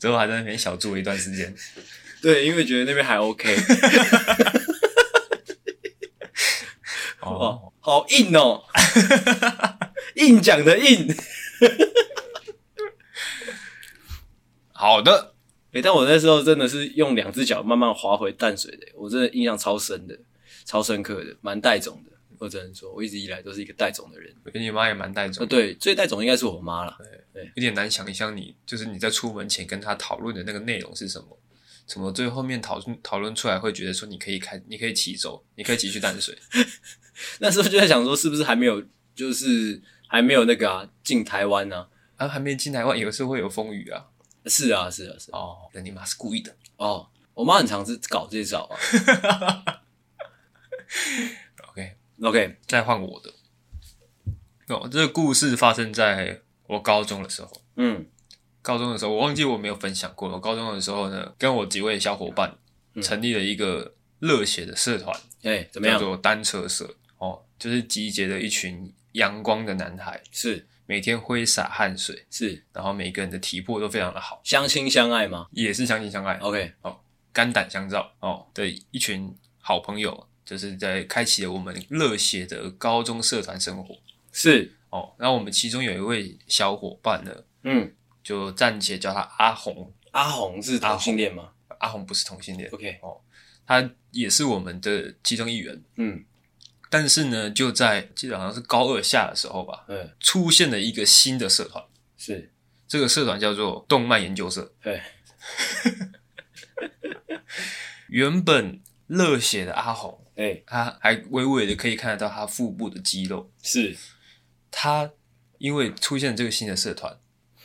Speaker 2: 之后还在那边小住了一段时 间，
Speaker 1: 对，因为觉得那边还 OK。
Speaker 2: 哦
Speaker 1: 哦，好硬哦， 硬讲的硬。
Speaker 2: 好的，
Speaker 1: 诶、但我那时候真的是用两只脚慢慢滑回淡水的，我真的印象超深的，超深刻的，蛮带种的。我只能说，我一直以来都是一个带种的人。
Speaker 2: 我觉得你妈也蛮带
Speaker 1: 啊，
Speaker 2: 种，
Speaker 1: 对，最带种应该是我妈啦。
Speaker 2: 有点难想象你就是你在出门前跟她讨论的那个内容是什么。怎么最后面讨论讨论出来会觉得说你可以开，你可以骑走，你可以骑去淡水，
Speaker 1: 那时候就在想说，是不是还没有，就是还没有那个啊，进台湾呢、
Speaker 2: 啊，还没进台湾，有时候会有风雨啊。
Speaker 1: 是啊，是啊，是啊。
Speaker 2: 哦，那你妈是故意的。
Speaker 1: 哦，我妈很常是搞这招啊。
Speaker 2: OK，
Speaker 1: OK，
Speaker 2: 再换我的。哦，这个故事发生在我高中的时候。
Speaker 1: 嗯
Speaker 2: 高中的时候，我忘记我没有分享过了。我高中的时候呢，跟我几位小伙伴成立了一个热血的社团，
Speaker 1: 哎、嗯怎么
Speaker 2: 叫
Speaker 1: 样？
Speaker 2: 做单车社。哦，就是集结了一群阳光的男孩，
Speaker 1: 是，
Speaker 2: 每天挥洒汗水，
Speaker 1: 是
Speaker 2: 然后每个人的体魄都非常的好，
Speaker 1: 相亲相爱吗
Speaker 2: 也是相亲相爱，哦
Speaker 1: ？OK，
Speaker 2: 肝胆相照哦的一群好朋友，就是在开启了我们热血的高中社团生活
Speaker 1: 是，
Speaker 2: 哦。然后我们其中有一位小伙伴呢，
Speaker 1: 嗯，
Speaker 2: 就暂且叫他阿红，
Speaker 1: 阿红是同性恋吗
Speaker 2: 阿红不是同性恋，
Speaker 1: ？OK，
Speaker 2: 他也是我们的其中一员。
Speaker 1: 嗯
Speaker 2: 但是呢，就在记得好像是高二下的时候吧，
Speaker 1: 嗯，
Speaker 2: 出现了一个新的社团，
Speaker 1: 是，
Speaker 2: 这个社团叫做动漫研究社。
Speaker 1: 对，
Speaker 2: 原本热血的阿红，
Speaker 1: 哎、
Speaker 2: 他还微微的可以看得到他腹部的肌肉。
Speaker 1: 是
Speaker 2: 他因为出现这个新的社团，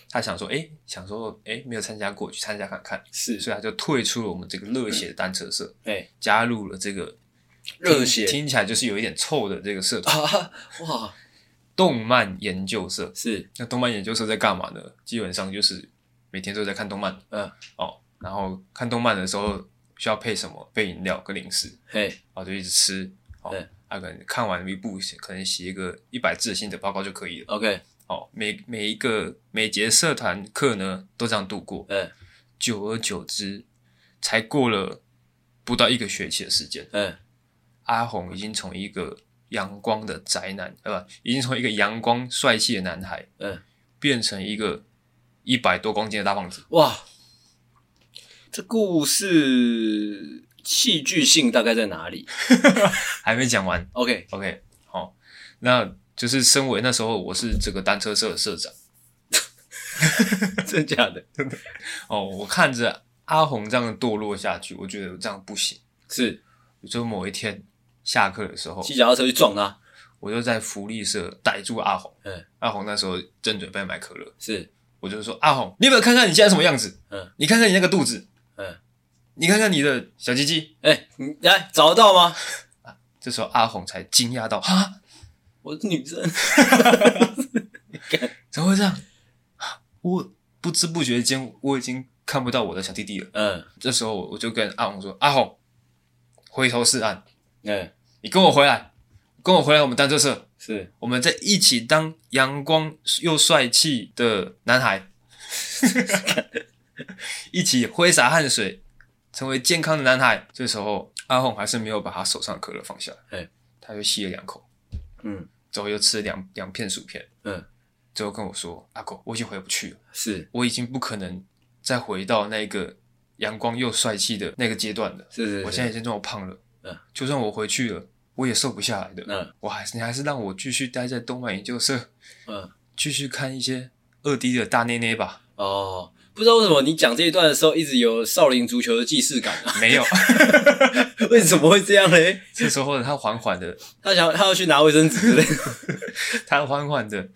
Speaker 2: 他想说，哎、想说，哎、没有参加过，去参加看看，
Speaker 1: 是，
Speaker 2: 所以他就退出了我们这个热血单车社，
Speaker 1: 哎、
Speaker 2: 加入了这个
Speaker 1: 热血
Speaker 2: 听听起来就是有一点臭的这个社团
Speaker 1: 啊， 哇，
Speaker 2: ——动漫研究社。
Speaker 1: 是，
Speaker 2: 那动漫研究社在干嘛呢？基本上就是每天都在看动漫，
Speaker 1: 嗯，
Speaker 2: 哦，然后看动漫的时候需要配什么？配饮料跟零食，
Speaker 1: 嘿、
Speaker 2: 啊，就一直吃，哦
Speaker 1: 对，
Speaker 2: 啊，可能看完一部，可能写一个一百字的心得报告就可以了。
Speaker 1: o k
Speaker 2: 哦，每每一个每节社团课呢都这样度过，
Speaker 1: 嗯
Speaker 2: 久而久之，才过了不到一个学期的时间，
Speaker 1: 嗯，
Speaker 2: 阿红已经从一个阳光的宅男，呃，不，已经从一个阳光帅气的男孩，
Speaker 1: 嗯，
Speaker 2: 变成一个一百多公斤的大胖子。
Speaker 1: 哇，这故事戏剧性大概在哪里
Speaker 2: 还没讲完
Speaker 1: ？OK，
Speaker 2: ，OK，好、那就是身为那时候我是这个单车社的社长，
Speaker 1: 真假的？
Speaker 2: 哦，我看着阿红这样堕落下去，我觉得这样不行。
Speaker 1: 是
Speaker 2: 就某一天下课的时候，
Speaker 1: 骑脚踏车去撞他？
Speaker 2: 我就在福利社逮住阿红。
Speaker 1: 嗯，
Speaker 2: 阿红那时候正准备买可乐，
Speaker 1: 是，
Speaker 2: 我就说：“阿红，你有没有看看你现在什么样子？
Speaker 1: 嗯，
Speaker 2: 你看看你那个肚子，
Speaker 1: 嗯，
Speaker 2: 你看看你的小鸡鸡。
Speaker 1: 哎、你来找得到吗？”
Speaker 2: 这时候阿红才惊讶到：“啊，
Speaker 1: 我是女生，
Speaker 2: 怎么会这样？啊我不知不觉间我已经看不到我的小弟弟了。
Speaker 1: 嗯”
Speaker 2: 这时候我就跟阿红说：“阿红，回头是岸，
Speaker 1: 嗯，
Speaker 2: 你跟我回来，跟我回来，我们单车社，
Speaker 1: 是
Speaker 2: 我们在一起当阳光又帅气的男孩， 一起挥洒汗水，成为健康的男孩。这时候，阿红还是没有把他手上的可乐放下，
Speaker 1: 哎
Speaker 2: 他又吸了两口，
Speaker 1: 嗯，
Speaker 2: 之后又吃了两两片薯片，
Speaker 1: 嗯，
Speaker 2: 最后跟我说：“阿狗，我已经回不去了，
Speaker 1: 是
Speaker 2: 我已经不可能再回到那个阳光又帅气的那个阶段了，
Speaker 1: 是是，
Speaker 2: 我现在已经这么胖了，
Speaker 1: 嗯，
Speaker 2: 就算我回去了，我也瘦不下来的，
Speaker 1: 嗯
Speaker 2: 我还是你还是让我继续待在动漫研究社。”
Speaker 1: 嗯
Speaker 2: 继续看一些二 D 的大内内吧。
Speaker 1: 哦，不知道为什么你讲这一段的时候一直有少林足球的既视感啊？
Speaker 2: 没有，
Speaker 1: 为什么会这样嘞？
Speaker 2: 这时候他缓缓的，
Speaker 1: 他想他要去拿卫生纸之类的，
Speaker 2: 他缓缓的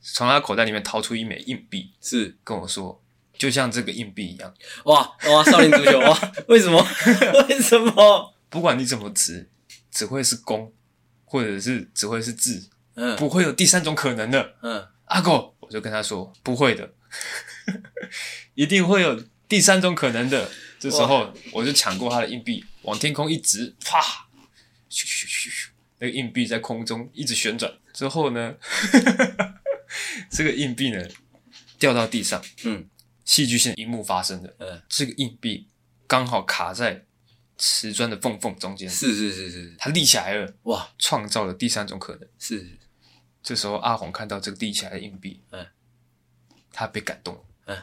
Speaker 2: 从他口袋里面掏出一枚硬币，
Speaker 1: 是
Speaker 2: 跟我说，就像这个硬币一样，
Speaker 1: 哇哇少林足球哇？为什么？ 为什么？
Speaker 2: 不管你怎么掷，只会是攻，或者是只会是字，
Speaker 1: 嗯
Speaker 2: 不会有第三种可能的。
Speaker 1: 嗯，
Speaker 2: 阿狗，我就跟他说，不会的， 一定会有第三种可能的。这时候我就抢过他的硬币，往天空一直啪，咻咻咻咻，那个硬币在空中一直旋转。之后呢， 这个硬币呢掉到地上，
Speaker 1: 嗯，
Speaker 2: 戏剧性一幕发生的，
Speaker 1: 嗯，
Speaker 2: 这个硬币刚好卡在瓷砖的缝缝中间，
Speaker 1: 是是是是，
Speaker 2: 它立起来了，
Speaker 1: 哇
Speaker 2: 创造了第三种可能。
Speaker 1: 是是
Speaker 2: 这时候阿红看到这个立起来的硬币，
Speaker 1: 嗯，
Speaker 2: 他被感动，
Speaker 1: 嗯，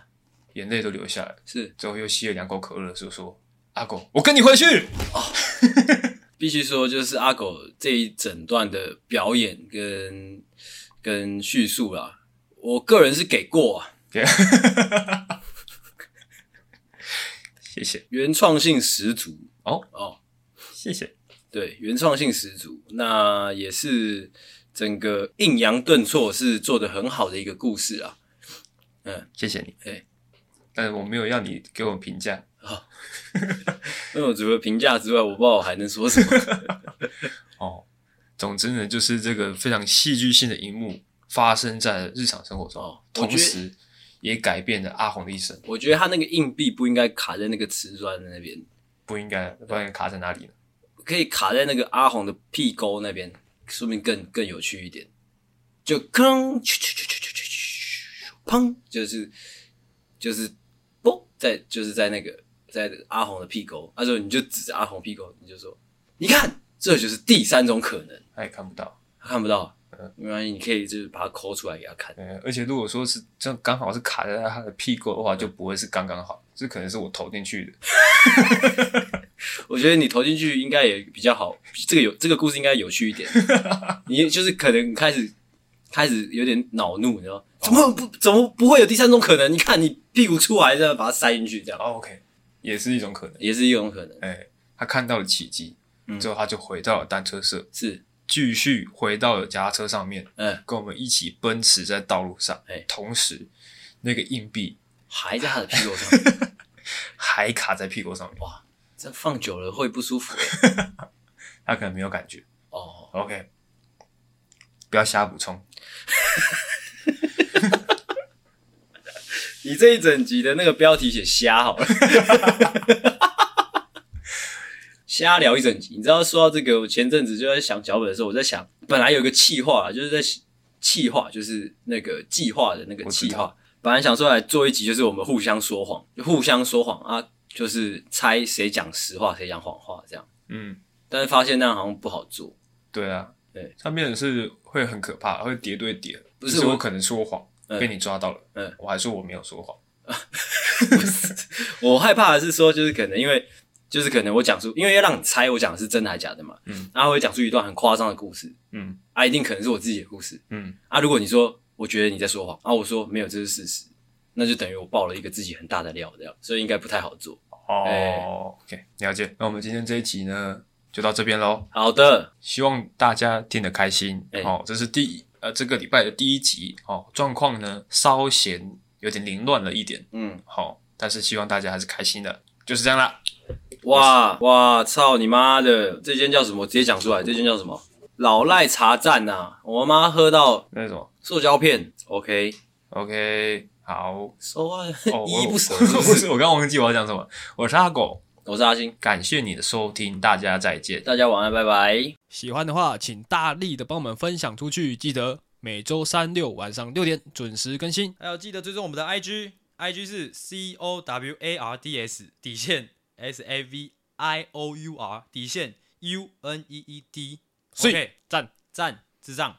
Speaker 2: 眼泪都流下来了，
Speaker 1: 是，
Speaker 2: 之后又吸了两口可乐，就说：“阿狗，我跟你回去。
Speaker 1: 必须说就是阿狗这一整段的表演跟跟叙述啦，我个人是给过啊，”
Speaker 2: 谢谢
Speaker 1: 原创性十足
Speaker 2: 哦
Speaker 1: 哦，
Speaker 2: 谢谢，
Speaker 1: 对，原创性十足，那也是整个抑扬顿挫是做的很好的一个故事啊。
Speaker 2: 谢谢你。
Speaker 1: 哎
Speaker 2: 但是我没有要你给我评价。
Speaker 1: 那我除了评价之外，我不知道我还能说什么。
Speaker 2: 哦，总之呢，就是这个非常戏剧性的一幕发生在日常生活中，
Speaker 1: 哦我觉得
Speaker 2: 同时也改变了阿红的一生。
Speaker 1: 我觉得他那个硬币不应该卡在那个瓷砖那边，
Speaker 2: 不应该，不然卡在哪里呢？
Speaker 1: 可以卡在那个阿红的屁沟那边，说不定更更有趣一点。就吭，咻咻咻咻咻咻咻砰，就是就是嘣，在就是在那个在阿红的屁股，那时候你就指着阿红屁股，你就说，你看，这就是第三种可能，
Speaker 2: 他也看不到。
Speaker 1: 他看不到，啊没关系，你可以就是把它抠出来给他看。
Speaker 2: 呃，而且如果说是这样刚好是卡在他的屁股的话，就不会是刚刚好，这可能是我投进去的。
Speaker 1: 我觉得你投进去应该也比较好，这个有这个故事应该有趣一点。你就是可能开始开始有点恼怒，你知道吗怎么不怎么不会有第三种可能？你看你屁股出来，这样把它塞进去，这样
Speaker 2: 哦 OK，也是一种可能。
Speaker 1: 也是一种可能。
Speaker 2: 哎、他看到了奇迹，之后他就回到了单车社，
Speaker 1: 是，
Speaker 2: 继续回到了脚踏车上面，
Speaker 1: 嗯，
Speaker 2: 跟我们一起奔驰在道路上。
Speaker 1: 哎
Speaker 2: 同时那个硬币
Speaker 1: 还在他的屁股上，
Speaker 2: 还卡在屁股上面，
Speaker 1: 哇，这放久了会不舒服耶。
Speaker 2: 他可能没有感觉。
Speaker 1: 哦，
Speaker 2: OK，不要瞎补充。
Speaker 1: 你这一整集的那个标题写瞎好了， 瞎聊一整集。你知道说到这个，我前阵子就在想脚本的时候，我在想，本来有个企划啊，就是在企划，就是那个计划的那个
Speaker 2: 我知
Speaker 1: 计
Speaker 2: 道
Speaker 1: 划，本来想说来做一集，就是我们互相说谎，互相说谎啊，就是猜谁讲实话，谁讲谎话这样。
Speaker 2: 嗯，
Speaker 1: 但是发现那样好像不好做，
Speaker 2: 对啊，
Speaker 1: 对，
Speaker 2: 上面是会很可怕，会叠对叠。
Speaker 1: 不是
Speaker 2: 就
Speaker 1: 我
Speaker 2: 我可能说谎，
Speaker 1: 嗯
Speaker 2: 被你抓到了，
Speaker 1: 嗯，
Speaker 2: 我还说我没有说谎。
Speaker 1: 我害怕的是说，就是可能因为，就是可能我讲出，因为要让你猜我讲的是真的还是假的嘛，
Speaker 2: 嗯，
Speaker 1: 然后我会讲出一段很夸张的故事，
Speaker 2: 嗯
Speaker 1: 啊，一定可能是我自己的故事
Speaker 2: 嗯，
Speaker 1: 啊。如果你说我觉得你在说谎，啊，我说没有，这是事实，那就等于我爆了一个自己很大的料，这样，所以应该不太好做。
Speaker 2: 哦，OK，了解。那我们今天这一集呢，就到这边喽。
Speaker 1: 好的，
Speaker 2: 希望大家听得开心。
Speaker 1: 哎
Speaker 2: 哦，这是第一呃这个礼拜的第一集。哦，状况呢稍显有点凌乱了一点。
Speaker 1: 嗯，
Speaker 2: 好、但是希望大家还是开心的。就是这样啦。
Speaker 1: 哇哇，操你妈的，这间叫什么？我直接讲出来，这间叫什么？老赖茶站呐、我妈喝到
Speaker 2: 那是什么
Speaker 1: 塑胶片，OK，
Speaker 2: ？OK，好。哦，
Speaker 1: 收啊，
Speaker 2: 我
Speaker 1: 一不收
Speaker 2: 我
Speaker 1: 是不
Speaker 2: 不
Speaker 1: 是？
Speaker 2: 是，我 刚忘记我要讲什么。我是阿狗，
Speaker 1: 我是阿星，
Speaker 2: 感谢你的收听，大家再见。
Speaker 1: 大家晚安，拜拜。
Speaker 3: 喜欢的话，请大力的帮我们分享出去。记得每周三六晚上六点准时更新。
Speaker 4: 还有记得追踪我们的 IG，IG 是 C O W A R D S 底线 S A V I O U R 底线 U N E E D。
Speaker 3: 所以
Speaker 4: OK，
Speaker 3: 赞
Speaker 4: 赞智障。